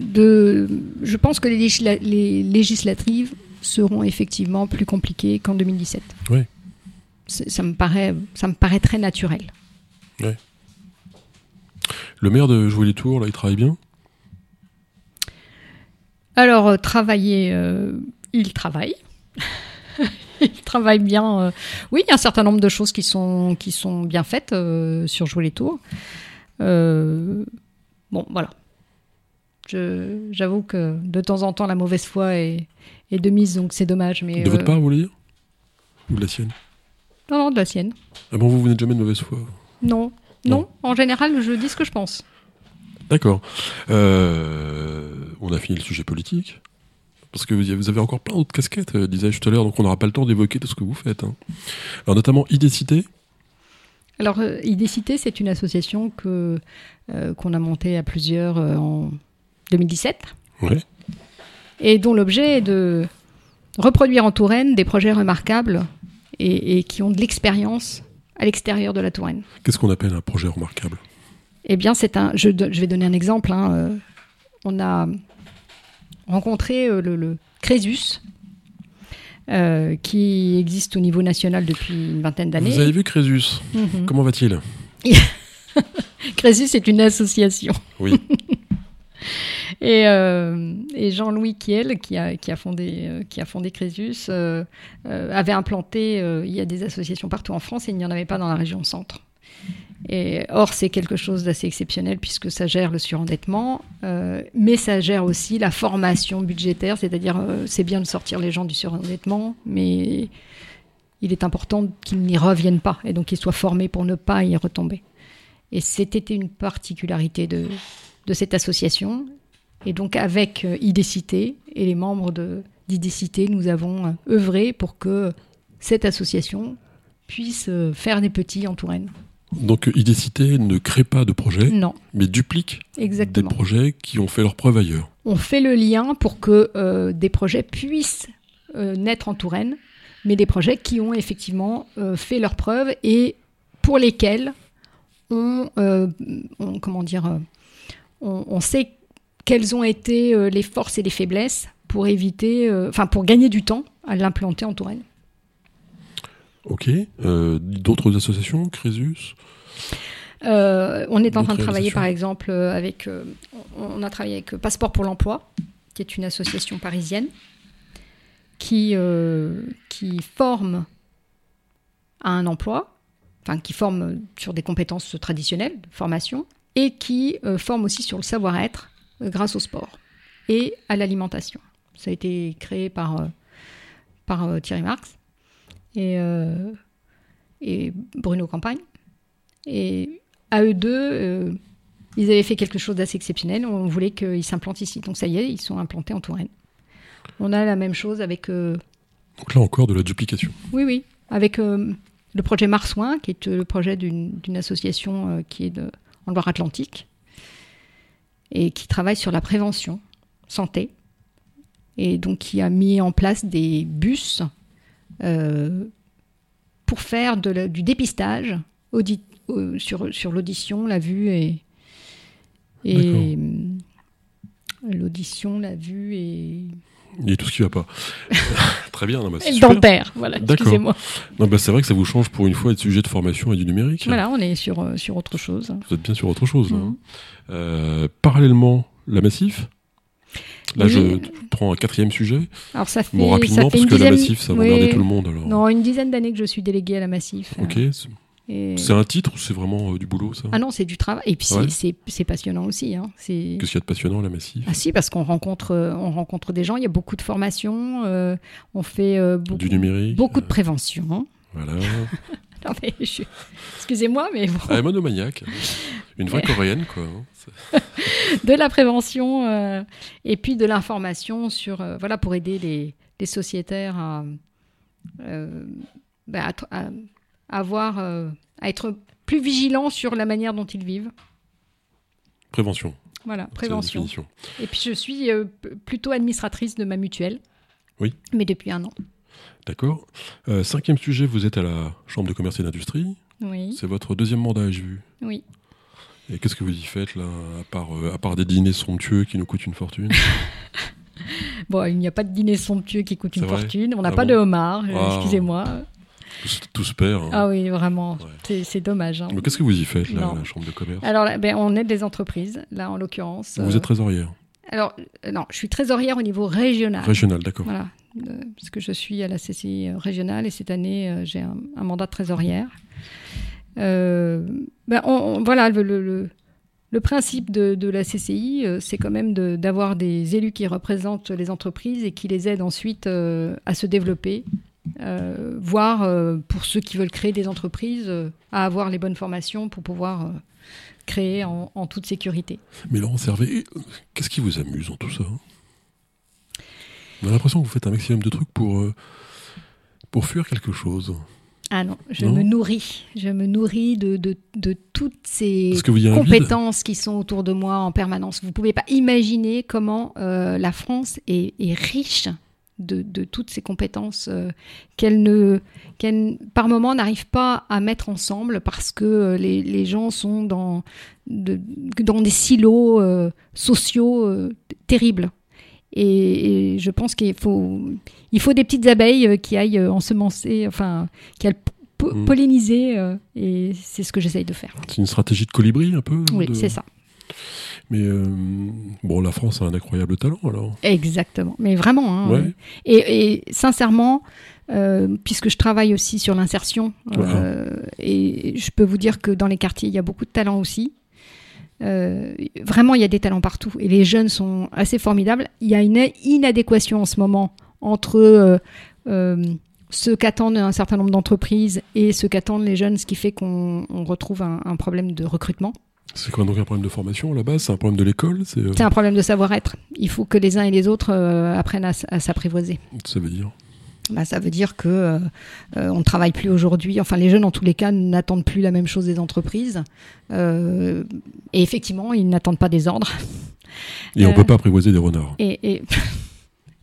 Speaker 2: De, je pense que les, législa- les législatives seront effectivement plus compliquées qu'en 2017.
Speaker 1: Ouais.
Speaker 2: C'est- Ça me paraît, ça me paraît très naturel.
Speaker 1: Le maire de Jouer les Tours, là, il travaille bien
Speaker 2: Alors, euh, travailler, euh, il travaille. [laughs] il travaille bien. euh. Oui, il y a un certain nombre de choses qui sont, qui sont bien faites euh, sur Jouer les Tours. Euh, bon, voilà. Je- J'avoue que de temps en temps, la mauvaise foi est, est de mise, donc c'est dommage. Mais,
Speaker 1: De votre
Speaker 2: euh,
Speaker 1: part, vous voulez dire Ou de la sienne
Speaker 2: Non, non, de la sienne.
Speaker 1: Ah bon, vous, vous n'êtes jamais de mauvaise foi.
Speaker 2: Non. Non, en général, je dis ce que je pense.
Speaker 1: D'accord. Euh, on a fini le sujet politique. Parce que vous y- vous avez encore plein d'autres casquettes, euh, disais-je tout à l'heure, donc on n'aura pas le temps d'évoquer tout ce que vous faites. hein. Alors notamment Idécité,
Speaker 2: Alors, euh, Idécité, c'est une association que euh, qu'on a montée à plusieurs euh, en 2017.
Speaker 1: Ouais.
Speaker 2: Et dont l'objet est de reproduire en Touraine des projets remarquables et, et qui ont de l'expérience à l'extérieur de la Touraine.
Speaker 1: qu'est-ce qu'on appelle un projet remarquable
Speaker 2: Eh bien, c'est un. Je, do- je vais donner un exemple. hein, euh, on a rencontré euh, le, le Crésus, euh, qui existe au niveau national depuis une vingtaine d'années.
Speaker 1: Vous avez vu Crésus
Speaker 2: Mhm.
Speaker 1: Comment va-t-il
Speaker 2: Crésus est une association.
Speaker 1: Oui.
Speaker 2: [laughs] Et, euh, et Jean-Louis Kiel, qui a, qui a fondé, euh, qui a fondé Crésus, euh, euh, avait implanté, euh, il y a des associations partout en France et il n'y en avait pas dans la région centre. Et, or, c'est quelque chose d'assez exceptionnel puisque ça gère le surendettement, euh, mais ça gère aussi la formation budgétaire, c'est-à-dire euh, c'est bien de sortir les gens du surendettement, mais il est important qu'ils n'y reviennent pas et donc qu'ils soient formés pour ne pas y retomber. Et c'était une particularité de, de cette association. Et donc avec euh, IDCité et les membres de d'IDCité, nous avons euh, œuvré pour que cette association puisse euh, faire des petits en Touraine.
Speaker 1: Donc, euh, Idécité ne crée pas de projet,
Speaker 2: Non,
Speaker 1: mais duplique
Speaker 2: Mm. exactement.
Speaker 1: des projets qui ont fait leur preuve ailleurs.
Speaker 2: On fait le lien pour que euh, des projets puissent euh, naître en Touraine, mais des projets qui ont effectivement euh, fait leurs preuves et pour lesquels on, euh, on- comment dire, euh, on, on sait quelles ont été euh, les forces et les faiblesses pour éviter, euh, enfin pour gagner du temps à l'implanter en Touraine.
Speaker 1: Ok. Euh, D'autres associations Crésus
Speaker 2: Euh, on est en train de
Speaker 1: D'autres
Speaker 2: travailler,
Speaker 1: associations
Speaker 2: par exemple, euh, avec. euh, on on a travaillé avec euh, Passeport pour l'emploi, qui est une association parisienne, qui, euh, qui forme à un emploi, enfin, qui forme sur des compétences traditionnelles, de formation, et qui euh, forme aussi sur le savoir-être euh, grâce au sport et à l'alimentation. Ça a été créé par, euh, par euh, Thierry Marx et, euh, et Bruno Campagne. Et à eux deux, euh, ils avaient fait quelque chose d'assez exceptionnel. On voulait qu'ils s'implantent ici. Donc ça y est, ils sont implantés en Touraine. On a la même chose avec, euh,
Speaker 1: Donc là encore, de la duplication.
Speaker 2: oui, oui, avec euh, le projet Marsouin, qui est euh, le projet d'une d'une association euh, qui est de, en Loire-Atlantique et qui travaille sur la prévention santé et donc qui a mis en place des bus euh, pour faire de la- du dépistage audit- euh, sur, sur l'audition, la vue et, et
Speaker 1: D'accord.
Speaker 2: euh, l'audition, la vue et,
Speaker 1: Et tout ce qui va pas. [laughs] Très bien. Non, bah, c'est
Speaker 2: et le
Speaker 1: super.
Speaker 2: dentaire. Voilà,
Speaker 1: D'accord.
Speaker 2: excusez-moi.
Speaker 1: Non, bah, c'est vrai que ça vous change pour une fois de sujet de formation et du numérique.
Speaker 2: Voilà, on est sur, euh, sur autre chose.
Speaker 1: Vous êtes bien sur autre chose. là,
Speaker 2: Mhm.
Speaker 1: hein. Euh, parallèlement, la Massif. Là,
Speaker 2: Oui.
Speaker 1: je prends un quatrième sujet.
Speaker 2: Alors ça fait,
Speaker 1: Bon,
Speaker 2: ça
Speaker 1: rapidement,
Speaker 2: fait
Speaker 1: parce
Speaker 2: une
Speaker 1: que la
Speaker 2: dizaine-
Speaker 1: Massif, ça va
Speaker 2: oui.
Speaker 1: emmerder tout le monde. Alors.
Speaker 2: Non, une dizaine d'années que je suis déléguée à la Massif. hein.
Speaker 1: Ok. C'est-
Speaker 2: Et-
Speaker 1: C'est un titre ou c'est vraiment euh, du boulot, ça
Speaker 2: Ah non, c'est du travail. Et puis c'est-
Speaker 1: Ouais.
Speaker 2: c'est c'est passionnant aussi. hein. C'est
Speaker 1: Qu'est-ce qu'il y a de passionnant, la Massif
Speaker 2: ah si, parce qu'on rencontre, euh, on rencontre des gens, il y a beaucoup de formations, euh, on fait euh, beaucoup,
Speaker 1: Du numérique. euh.
Speaker 2: beaucoup de prévention. [laughs]
Speaker 1: Voilà.
Speaker 2: Non, mais je- Excusez-moi, mais bon.
Speaker 1: Ah, elle est
Speaker 2: [laughs]
Speaker 1: monomaniaque. Une vraie coréenne, quoi. hein. C'est-
Speaker 2: de la prévention euh, et puis de l'information sur euh, voilà pour aider les, les sociétaires à, euh, bah, à tr- à, à avoir euh, à être plus vigilants sur la manière dont ils vivent.
Speaker 1: Prévention.
Speaker 2: Voilà,
Speaker 1: c'est la
Speaker 2: prévention.
Speaker 1: définition.
Speaker 2: Et puis je suis euh, p- plutôt administratrice de ma mutuelle.
Speaker 1: Oui.
Speaker 2: Mais depuis un an.
Speaker 1: D'accord. Euh, cinquième sujet, vous êtes à la Chambre de commerce et d'industrie.
Speaker 2: Oui.
Speaker 1: C'est votre deuxième mandat, j'ai vu.
Speaker 2: Oui.
Speaker 1: Et qu'est-ce que vous y faites, là, à part, euh, à part des dîners somptueux qui nous coûtent une fortune
Speaker 2: Bon, il n'y a pas de dîner somptueux qui coûte
Speaker 1: C'est
Speaker 2: une
Speaker 1: vrai
Speaker 2: fortune. On n'a
Speaker 1: Ah
Speaker 2: pas
Speaker 1: bon
Speaker 2: de homard. euh,
Speaker 1: Ah.
Speaker 2: Excusez-moi.
Speaker 1: tout, se- tout se perd. hein.
Speaker 2: Ah oui, vraiment.
Speaker 1: Ouais.
Speaker 2: c'est- C'est dommage. hein.
Speaker 1: Mais qu'est-ce que vous y faites, là,
Speaker 2: Non.
Speaker 1: à la Chambre de commerce
Speaker 2: Alors, là, ben, on aide des entreprises, là en l'occurrence.
Speaker 1: Vous
Speaker 2: euh,
Speaker 1: êtes trésorière.
Speaker 2: Alors, euh, non, je suis trésorière au niveau régional.
Speaker 1: Régionale, d'accord.
Speaker 2: Voilà, euh, parce que je suis à la CCI régionale et cette année, euh, j'ai un, un mandat de trésorière. Euh, ben, on- on- voilà, le, le- le- le principe de, de la CCI, euh, c'est quand même de- d'avoir des élus qui représentent les entreprises et qui les aident ensuite euh, à se développer, euh, voire euh, pour ceux qui veulent créer des entreprises, euh, à avoir les bonnes formations pour pouvoir euh, créer en- en toute sécurité.
Speaker 1: Mais Laurent Servet, qu'est-ce qui vous amuse dans tout ça hein On a l'impression que vous faites un maximum de trucs pour, euh, pour fuir quelque chose.
Speaker 2: Ah non, je
Speaker 1: Non
Speaker 2: me nourris. Je me nourris de, de, de toutes ces
Speaker 1: Est-ce que vous y a un vide
Speaker 2: compétences qui sont autour de moi en permanence. Vous ne pouvez pas imaginer comment euh, la France est, est riche de, de toutes ces compétences euh, qu'elle ne, qu'elle, par moment, n'arrive pas à mettre ensemble parce que euh, les, les gens sont dans, de- dans des silos euh, sociaux euh, terribles. Et, et je pense qu'il faut, il faut des petites abeilles euh, qui aillent ensemencer, enfin, qui aillent po-
Speaker 1: Mm.
Speaker 2: polliniser. euh, et c'est ce que j'essaye de faire.
Speaker 1: C'est une stratégie de colibri un peu
Speaker 2: Oui,
Speaker 1: de-
Speaker 2: c'est ça.
Speaker 1: Mais euh, bon, la France a un incroyable talent alors.
Speaker 2: Exactement. Mais vraiment. hein,
Speaker 1: Ouais.
Speaker 2: Et, et sincèrement, euh, puisque je travaille aussi sur l'insertion, euh, et je peux vous dire que dans les quartiers, il y a beaucoup de talents aussi. Euh, vraiment, il y a des talents partout. Et les jeunes sont assez formidables. Il y a une inadéquation en ce moment entre euh, euh, ce qu'attendent un certain nombre d'entreprises et ce qu'attendent les jeunes, ce qui fait qu'on on retrouve un- un problème de recrutement.
Speaker 1: C'est quoi donc un problème de formation à la base C'est un problème de l'école C'est euh,
Speaker 2: C'est un problème de savoir-être. Il faut que les uns et les autres euh, apprennent à, s- à s'apprivoiser.
Speaker 1: ça veut dire
Speaker 2: Bah, ça veut dire que euh, euh, on ne travaille plus aujourd'hui. Enfin, les jeunes, en tous les cas, n'attendent plus la même chose des entreprises. Euh, et effectivement, ils n'attendent pas des ordres.
Speaker 1: et on
Speaker 2: Euh,
Speaker 1: peut pas apprivoiser des renards.
Speaker 2: Et, [laughs] et-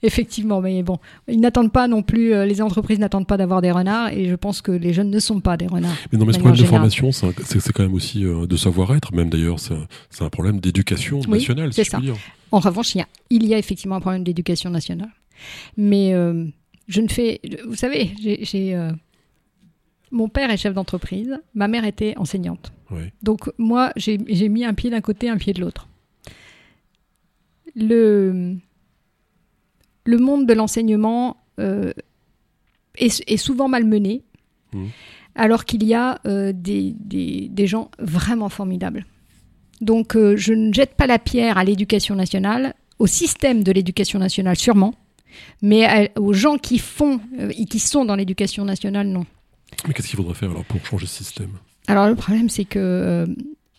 Speaker 2: effectivement, mais bon, ils n'attendent pas non plus. euh, les entreprises n'attendent pas d'avoir des renards. Et je pense que les jeunes ne sont pas des renards.
Speaker 1: Mais non, mais ce problème
Speaker 2: manière
Speaker 1: de
Speaker 2: générale.
Speaker 1: formation, c'est un- c'est c'est quand même aussi euh, de savoir-être. Même d'ailleurs, c'est un- c'est un problème d'éducation
Speaker 2: Oui,
Speaker 1: nationale, si
Speaker 2: c'est
Speaker 1: je puis
Speaker 2: ça.
Speaker 1: dire.
Speaker 2: En revanche, il y a, il y a effectivement un problème d'éducation nationale. Mais euh, je ne fais. Vous savez, j'ai. j'ai, euh, mon père est chef d'entreprise, ma mère était enseignante.
Speaker 1: Ouais.
Speaker 2: Donc moi, j'ai j'ai mis un pied d'un côté, un pied de l'autre. Le, le monde de l'enseignement euh, est, est souvent malmené,
Speaker 1: Mhm.
Speaker 2: alors qu'il y a euh, des, des- des gens vraiment formidables. Donc euh, je ne jette pas la pierre à l'éducation nationale, au système de l'éducation nationale sûrement, mais à- aux gens qui font euh, et qui sont dans l'éducation nationale, non.
Speaker 1: Mais qu'est-ce qu'il faudrait faire alors pour changer ce système
Speaker 2: Alors le problème, c'est que euh,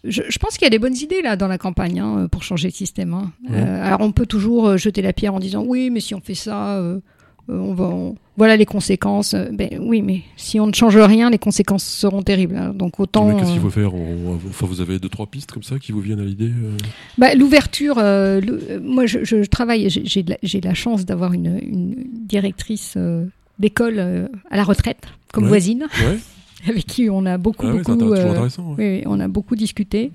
Speaker 2: je, je pense qu'il y a des bonnes idées là dans la campagne hein, pour changer le système. hein.
Speaker 1: Ouais.
Speaker 2: Euh, alors on peut toujours euh, jeter la pierre en disant oui, mais si on fait ça, euh, euh, on va, on- voilà les conséquences. Euh, Ben oui, mais si on ne change rien, les conséquences seront terribles. hein. donc autant
Speaker 1: Mais qu'est-ce qu'il
Speaker 2: euh,
Speaker 1: faut faire On- Enfin, vous avez deux trois pistes comme ça qui vous viennent à l'idée
Speaker 2: [laughs]
Speaker 1: euh,
Speaker 2: bah, l'ouverture. euh, le- euh, moi, je, je travaille, j'ai- j'ai de la- j'ai la chance d'avoir une, une directrice euh, d'école euh, à la retraite comme
Speaker 1: Ouais.
Speaker 2: voisine, [laughs]
Speaker 1: Ouais,
Speaker 2: avec qui on a beaucoup
Speaker 1: Ah ouais, c'est
Speaker 2: beaucoup.
Speaker 1: intér- toujours
Speaker 2: euh,
Speaker 1: intéressant. ouais.
Speaker 2: Oui, oui, on a beaucoup discuté.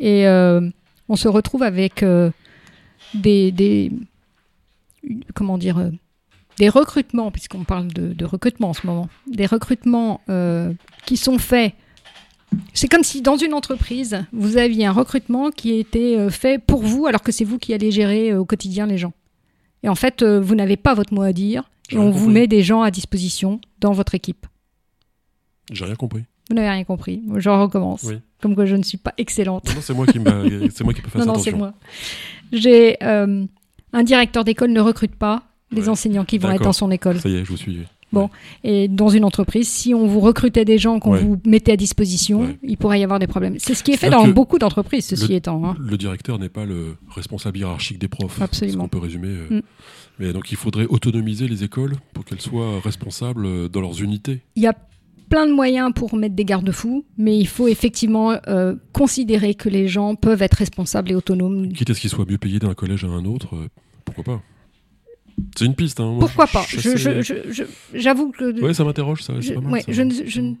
Speaker 2: Et euh, on se retrouve avec euh, des, des- une- Comment dire euh, Des recrutements, puisqu'on parle de, de recrutement en ce moment. Des recrutements euh, qui sont faits. C'est comme si dans une entreprise, vous aviez un recrutement qui était euh, fait pour vous, alors que c'est vous qui allez gérer euh, au quotidien les gens. Et en fait, euh, vous n'avez pas votre mot à dire. Et
Speaker 1: J'ai
Speaker 2: on
Speaker 1: rien
Speaker 2: vous
Speaker 1: compris.
Speaker 2: met des gens à disposition dans votre équipe.
Speaker 1: J'ai rien compris.
Speaker 2: Vous n'avez rien compris. Je recommence.
Speaker 1: Oui.
Speaker 2: Comme quoi, je ne suis pas excellente.
Speaker 1: Non, non, c'est moi qui
Speaker 2: [laughs]
Speaker 1: m'a- c'est moi qui peux faire
Speaker 2: Non, non, c'est
Speaker 1: attention.
Speaker 2: moi. J'ai euh, un directeur d'école ne recrute pas les
Speaker 1: Ouais.
Speaker 2: enseignants qui vont être
Speaker 1: D'accord.
Speaker 2: dans son école.
Speaker 1: Ça y est, je vous suis.
Speaker 2: Et dans une entreprise, si on vous recrutait des gens qu'on
Speaker 1: Ouais.
Speaker 2: vous mettait à disposition,
Speaker 1: Ouais.
Speaker 2: il pourrait y avoir des problèmes. C'est ce qui est fait
Speaker 1: C'est-à-dire
Speaker 2: dans
Speaker 1: que
Speaker 2: beaucoup d'entreprises, ceci
Speaker 1: le-
Speaker 2: étant. hein.
Speaker 1: Le directeur n'est pas le responsable hiérarchique des profs.
Speaker 2: Absolument.
Speaker 1: On peut résumer. euh,
Speaker 2: Mm.
Speaker 1: Mais donc, il faudrait autonomiser les écoles pour qu'elles soient responsables euh, dans leurs unités.
Speaker 2: Il y a plein de moyens pour mettre des garde-fous, mais il faut effectivement euh, considérer que les gens peuvent être responsables et autonomes.
Speaker 1: Quitte à ce qu'ils soient mieux payés d'un collège à un autre, euh, pourquoi pas C'est une piste. Hein, moi,
Speaker 2: Pourquoi
Speaker 1: je-
Speaker 2: pas
Speaker 1: je-
Speaker 2: Je-
Speaker 1: c'est-
Speaker 2: je- je- je- J'avoue que
Speaker 1: Ouais, ça m'interroge, ça.
Speaker 2: je,
Speaker 1: C'est pas mal.
Speaker 2: ouais,
Speaker 1: ça.
Speaker 2: je ne je ne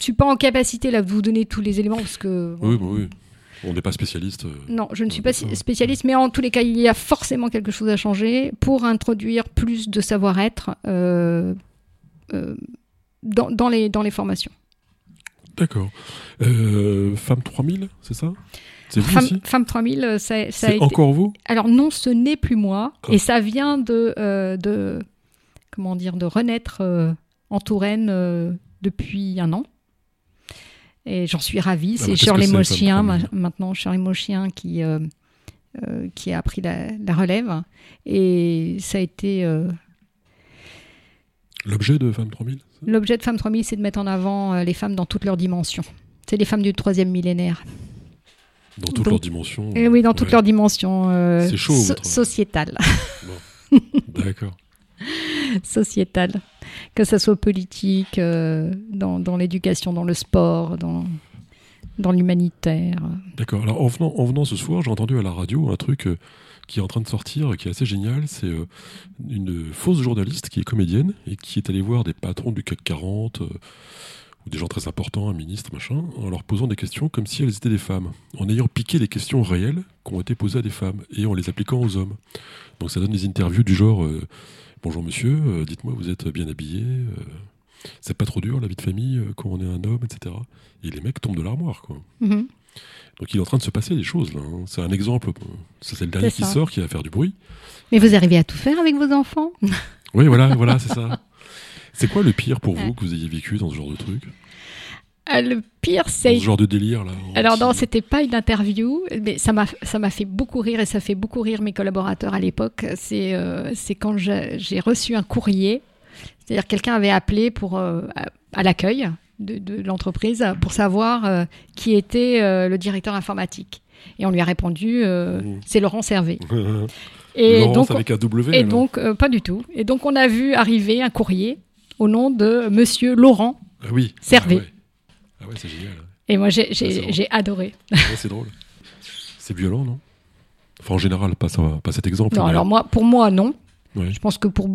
Speaker 2: suis pas en capacité là, de vous donner tous les éléments parce que
Speaker 1: Oui, bah oui. On n'est pas spécialiste. euh,
Speaker 2: Non, je ne suis
Speaker 1: Ouais,
Speaker 2: pas
Speaker 1: c'est ça.
Speaker 2: spécialiste, mais en tous les cas, il y a forcément quelque chose à changer pour introduire plus de savoir-être euh, euh, dans, dans les, dans les formations.
Speaker 1: D'accord. Euh, Femme 3000, c'est ça C'est vous
Speaker 2: Femme,
Speaker 1: aussi
Speaker 2: Femme 3000, euh, ça, ça a
Speaker 1: C'est
Speaker 2: été...
Speaker 1: encore vous
Speaker 2: Alors non, ce n'est plus moi,
Speaker 1: Ah.
Speaker 2: et ça vient de, euh, de comment dire, de renaître euh, en Touraine euh, depuis un an. Et j'en suis ravie.
Speaker 1: bah,
Speaker 2: C'est
Speaker 1: qu'est-ce que
Speaker 2: Shirley
Speaker 1: c'est,
Speaker 2: Mochien,
Speaker 1: Femme
Speaker 2: ma-
Speaker 1: Première
Speaker 2: maintenant Shirley Mochien, qui, euh, euh, qui a pris la, la relève. Et ça a été euh,
Speaker 1: L'objet de Femme 3000
Speaker 2: l'objet de Femmes 3000, c'est de mettre en avant euh, les femmes dans toutes leurs dimensions. C'est les femmes du troisième millénaire.
Speaker 1: Dans toutes
Speaker 2: Donc-
Speaker 1: leurs dimensions.
Speaker 2: Et
Speaker 1: euh,
Speaker 2: Eh oui, dans toutes
Speaker 1: ouais.
Speaker 2: leurs dimensions euh,
Speaker 1: C'est chaud, votre-
Speaker 2: sociétales.
Speaker 1: D'accord.
Speaker 2: sociétale, que ça soit politique, euh, dans, dans l'éducation, dans le sport, dans, dans l'humanitaire.
Speaker 1: D'accord. Alors en venant, en venant ce soir, j'ai entendu à la radio un truc euh, qui est en train de sortir, et qui est assez génial. C'est euh, une fausse journaliste qui est comédienne et qui est allée voir des patrons du CAC 40 euh, ou des gens très importants, un ministre, machin, en leur posant des questions comme si elles étaient des femmes, en ayant piqué des questions réelles qui ont été posées à des femmes et en les appliquant aux hommes. Donc ça donne des interviews du genre euh, Bonjour monsieur, euh, dites-moi, vous êtes bien habillé euh, C'est pas trop dur la vie de famille euh, quand on est un homme, etc. Et les mecs tombent de l'armoire, quoi.
Speaker 2: Mhm.
Speaker 1: Donc il est en train de se passer des choses, là. hein. C'est un exemple. Ça, C'est le dernier
Speaker 2: C'est
Speaker 1: qui
Speaker 2: ça.
Speaker 1: sort qui va faire du bruit.
Speaker 2: Mais vous arrivez à tout faire avec vos enfants
Speaker 1: Oui, voilà, voilà, c'est
Speaker 2: [laughs]
Speaker 1: ça. C'est quoi le pire pour vous
Speaker 2: Ouais.
Speaker 1: que vous ayez vécu dans ce genre de truc
Speaker 2: Ah, Le pire,
Speaker 1: Dans
Speaker 2: c'est
Speaker 1: ce genre de délire, là en
Speaker 2: Alors non,
Speaker 1: petit-
Speaker 2: c'était pas une interview, mais ça m'a ça m'a fait beaucoup rire et ça fait beaucoup rire mes collaborateurs à l'époque. C'est euh, c'est quand j'ai j'ai reçu un courrier, c'est-à-dire quelqu'un avait appelé pour euh, à, à l'accueil de, de l'entreprise pour savoir euh, qui était euh, le directeur informatique. Et on lui a répondu, euh,
Speaker 1: Mmh.
Speaker 2: c'est Laurent Servet.
Speaker 1: [laughs] Et
Speaker 2: Et donc,
Speaker 1: avec un W.
Speaker 2: et
Speaker 1: alors.
Speaker 2: donc euh, pas du tout. Et donc on a vu arriver un courrier au nom de Monsieur Laurent.
Speaker 1: ah oui.
Speaker 2: Servet.
Speaker 1: Ah ouais, Ah ouais, c'est génial.
Speaker 2: Et moi j'ai-
Speaker 1: Ah, c'est drôle.
Speaker 2: j'ai j'ai adoré.
Speaker 1: Ouais, c'est drôle. C'est violent, non Enfin, en général, pas, ça, pas cet exemple.
Speaker 2: Non,
Speaker 1: mais-
Speaker 2: alors moi, pour moi, non.
Speaker 1: Ouais.
Speaker 2: Je pense que pour,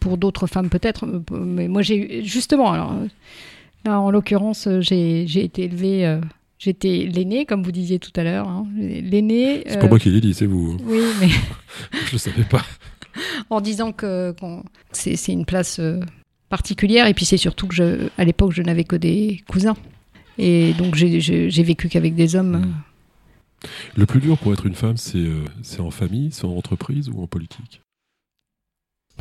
Speaker 2: pour d'autres femmes, peut-être. euh, Mais moi, j'ai eu- justement, alors, euh, là, en l'occurrence, euh, j'ai j'ai été élevée, euh, j'étais l'aînée, comme vous disiez tout à l'heure. hein. L'aînée.
Speaker 1: C'est
Speaker 2: euh,
Speaker 1: pas moi qui l'ai dit, c'est vous. hein. [laughs]
Speaker 2: Oui, mais [laughs]
Speaker 1: Je le savais pas.
Speaker 2: en disant que qu'on- c'est c'est une place euh, particulière. Et puis, c'est surtout que je, à l'époque, je n'avais que des cousins. Et donc, j'ai- j'ai j'ai vécu qu'avec des
Speaker 1: Hmm.
Speaker 2: hommes.
Speaker 1: Le plus dur pour être une femme, c'est euh, c'est en famille, c'est en entreprise ou en politique.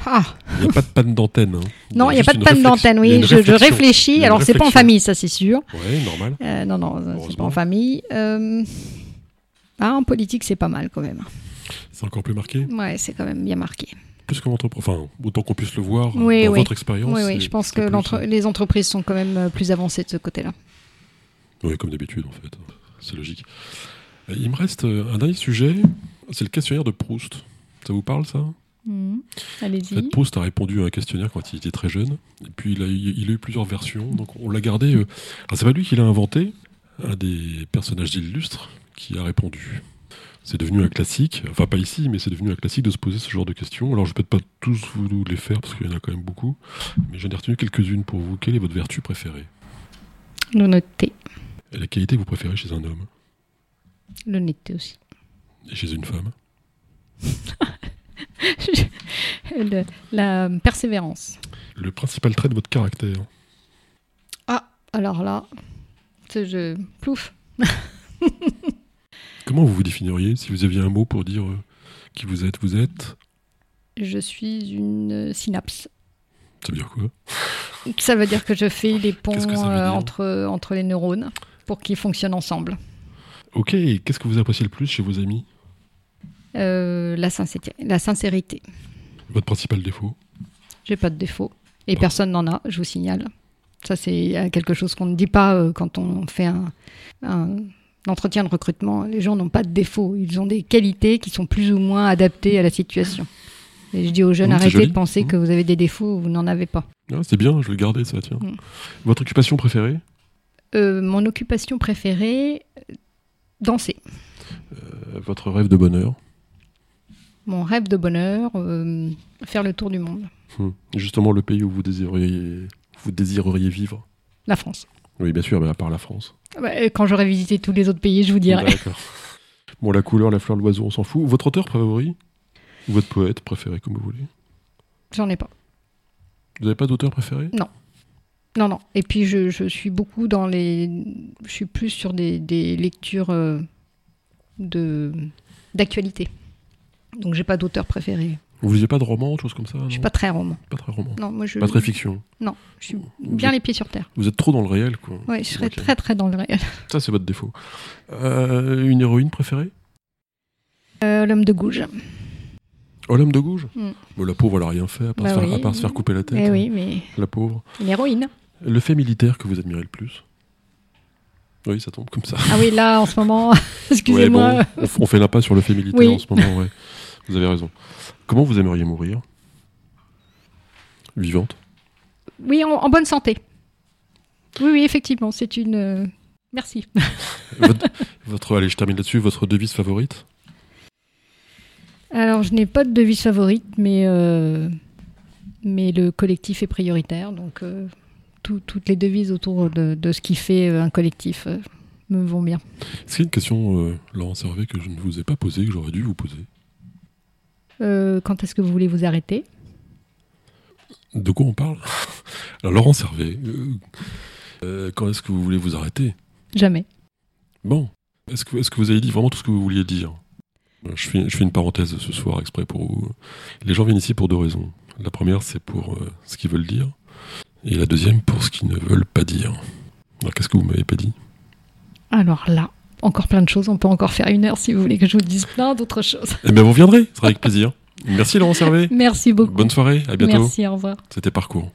Speaker 2: Ah
Speaker 1: Il n'y a pas de panne d'antenne. hein.
Speaker 2: Non, il n'y a
Speaker 1: juste
Speaker 2: pas de
Speaker 1: une
Speaker 2: panne
Speaker 1: réflexion.
Speaker 2: d'antenne,
Speaker 1: Il y a
Speaker 2: oui.
Speaker 1: une
Speaker 2: Je, je
Speaker 1: réflexion. Il y
Speaker 2: réfléchis.
Speaker 1: a une
Speaker 2: Alors, c'est pas en
Speaker 1: réflexion.
Speaker 2: famille, ça, c'est sûr.
Speaker 1: Ouais, normal.
Speaker 2: Euh, non, non, c'est pas
Speaker 1: Heureusement.
Speaker 2: en famille. Euh, Ah, en politique, c'est pas mal quand même.
Speaker 1: C'est encore plus marqué.
Speaker 2: Ouais, c'est quand même bien marqué.
Speaker 1: Plus qu'en entreprise. Enfin, autant qu'on puisse le voir euh,
Speaker 2: Oui,
Speaker 1: dans
Speaker 2: oui.
Speaker 1: votre expérience.
Speaker 2: Oui, oui,
Speaker 1: c'est-
Speaker 2: je pense
Speaker 1: c'est
Speaker 2: que
Speaker 1: plus-
Speaker 2: l'entre- les entreprises sont quand même euh, plus avancées de ce côté-là.
Speaker 1: Oui, comme d'habitude, en fait. C'est logique. Euh, Il me reste euh, un dernier sujet. C'est le questionnaire de Proust. Ça vous parle, ça En fait,
Speaker 2: Mmh. Allez-y.
Speaker 1: Proust a répondu à un questionnaire quand il était très jeune. Et puis, il a, eu- il a eu plusieurs versions. Donc, on l'a gardé. euh, Alors, c'est pas lui qui l'a inventé. Un des personnages illustres qui a répondu. C'est devenu un classique. Enfin, pas ici, mais c'est devenu un classique de se poser ce genre de questions. Alors, je peux peut-être pas tous vous les faire parce qu'il y en a quand même beaucoup. Mais j'en ai retenu quelques-unes pour vous. Quelle est votre vertu préférée
Speaker 2: Le noter.
Speaker 1: Et la qualité que vous préférez chez un homme
Speaker 2: L'honnêteté aussi.
Speaker 1: et chez une femme
Speaker 2: Euh, Le- la persévérance.
Speaker 1: Le principal trait de votre caractère
Speaker 2: Ah, alors là, ce jeu, plouf.
Speaker 1: Comment vous vous définiriez si vous aviez un mot pour dire euh, qui vous êtes Vous êtes
Speaker 2: Je suis une synapse.
Speaker 1: Ça veut dire quoi
Speaker 2: Ça veut dire que je fais les ponts
Speaker 1: Qu'est-ce que ça veut
Speaker 2: euh,
Speaker 1: dire
Speaker 2: entre, entre les neurones pour qu'ils fonctionnent ensemble.
Speaker 1: Ok, et qu'est-ce que vous appréciez le plus chez vos amis
Speaker 2: Euh, la sincérité. La sincérité.
Speaker 1: Votre principal défaut
Speaker 2: J'ai pas de défaut. Et
Speaker 1: Ah.
Speaker 2: personne n'en a, je vous signale. Ça, c'est euh, quelque chose qu'on ne dit pas euh, quand on fait un, un entretien de recrutement. Les gens n'ont pas de défaut. Ils ont des qualités qui sont plus ou moins adaptées à la situation. Et je dis aux jeunes,
Speaker 1: Mmh, c'est
Speaker 2: arrêtez
Speaker 1: joli.
Speaker 2: de penser
Speaker 1: Mmh.
Speaker 2: que vous avez des défauts, vous n'en avez pas.
Speaker 1: Ah, C'est bien, je vais le garder ça, tiens.
Speaker 2: Mm.
Speaker 1: Votre occupation préférée
Speaker 2: Euh, mon occupation préférée, euh, danser.
Speaker 1: Euh, Votre rêve de bonheur
Speaker 2: Mon rêve de bonheur, euh, faire le tour du monde.
Speaker 1: Hmm. Justement, le pays où vous désireriez, vous désireriez vivre
Speaker 2: La France.
Speaker 1: Oui, bien sûr, mais à part la France.
Speaker 2: Ouais, Quand j'aurai visité tous les autres pays, je vous dirai.
Speaker 1: Ah, D'accord. Bon, la couleur, la fleur, l'oiseau, on s'en fout. Votre auteur favori Ou votre poète préféré, comme vous voulez
Speaker 2: J'en ai pas.
Speaker 1: Vous n'avez pas d'auteur préféré
Speaker 2: Non, non. Et puis je, je suis beaucoup dans les. Je suis plus sur des, des lectures euh, de d'actualité. Donc j'ai pas d'auteur préféré.
Speaker 1: Vous lisez pas de roman, choses comme ça
Speaker 2: Je suis
Speaker 1: non
Speaker 2: pas très roman.
Speaker 1: Pas très roman.
Speaker 2: Non, moi je.
Speaker 1: Pas très fiction.
Speaker 2: Non, je suis bien les pieds sur terre.
Speaker 1: Vous êtes trop dans le réel, quoi.
Speaker 2: Ouais, je serais
Speaker 1: Ok.
Speaker 2: très très dans le réel.
Speaker 1: Ça, c'est votre défaut. Euh, une héroïne préférée
Speaker 2: Euh, L'homme de gouge.
Speaker 1: Oh, l'homme de gauche
Speaker 2: Mm.
Speaker 1: La pauvre, elle a rien fait, à part,
Speaker 2: Bah
Speaker 1: se, faire,
Speaker 2: oui.
Speaker 1: à part se faire couper la tête.
Speaker 2: Eh
Speaker 1: hein,
Speaker 2: oui, mais
Speaker 1: La pauvre.
Speaker 2: une héroïne.
Speaker 1: Le fait militaire que vous admirez le plus Oui, ça tombe comme ça.
Speaker 2: Ah oui, là en ce moment, [laughs] excusez-moi.
Speaker 1: Ouais, bon, on f- on fait l'impasse sur le fait militaire
Speaker 2: Oui.
Speaker 1: en ce moment,
Speaker 2: [laughs]
Speaker 1: ouais. Vous avez raison. Comment vous aimeriez mourir Vivante
Speaker 2: Oui, en, en bonne santé. Oui, oui, effectivement, c'est une. euh, Merci.
Speaker 1: votre, votre- Allez, je termine là-dessus. Votre devise favorite
Speaker 2: Alors, je n'ai pas de devise favorite, mais, euh, mais le collectif est prioritaire. Donc, euh, tout- toutes les devises autour de, de ce qui fait euh, un collectif euh, me vont bien.
Speaker 1: Est-ce qu'il y a une question, euh, Laurent Servet, que je ne vous ai pas posée, que j'aurais dû vous poser
Speaker 2: Euh, quand est-ce que vous voulez vous arrêter
Speaker 1: De quoi on parle [laughs] Alors, Laurent Servet, euh, euh, quand est-ce que vous voulez vous arrêter
Speaker 2: Jamais.
Speaker 1: Bon, est-ce que, est-ce que vous avez dit vraiment tout ce que vous vouliez dire Euh, je fais, je fais une parenthèse ce soir exprès pour vous. Les gens viennent ici pour deux raisons. La première, c'est pour euh, ce qu'ils veulent dire. Et la deuxième, pour ce qu'ils ne veulent pas dire. Alors, qu'est-ce que vous m'avez pas dit
Speaker 2: Alors là, encore plein de choses. On peut encore faire une heure si vous voulez que je vous dise plein d'autres choses.
Speaker 1: Eh bien, vous viendrez, ce sera avec plaisir. Merci Laurent Servet.
Speaker 2: Merci beaucoup.
Speaker 1: Bonne soirée, à bientôt.
Speaker 2: Merci, au revoir.
Speaker 1: C'était Parcours.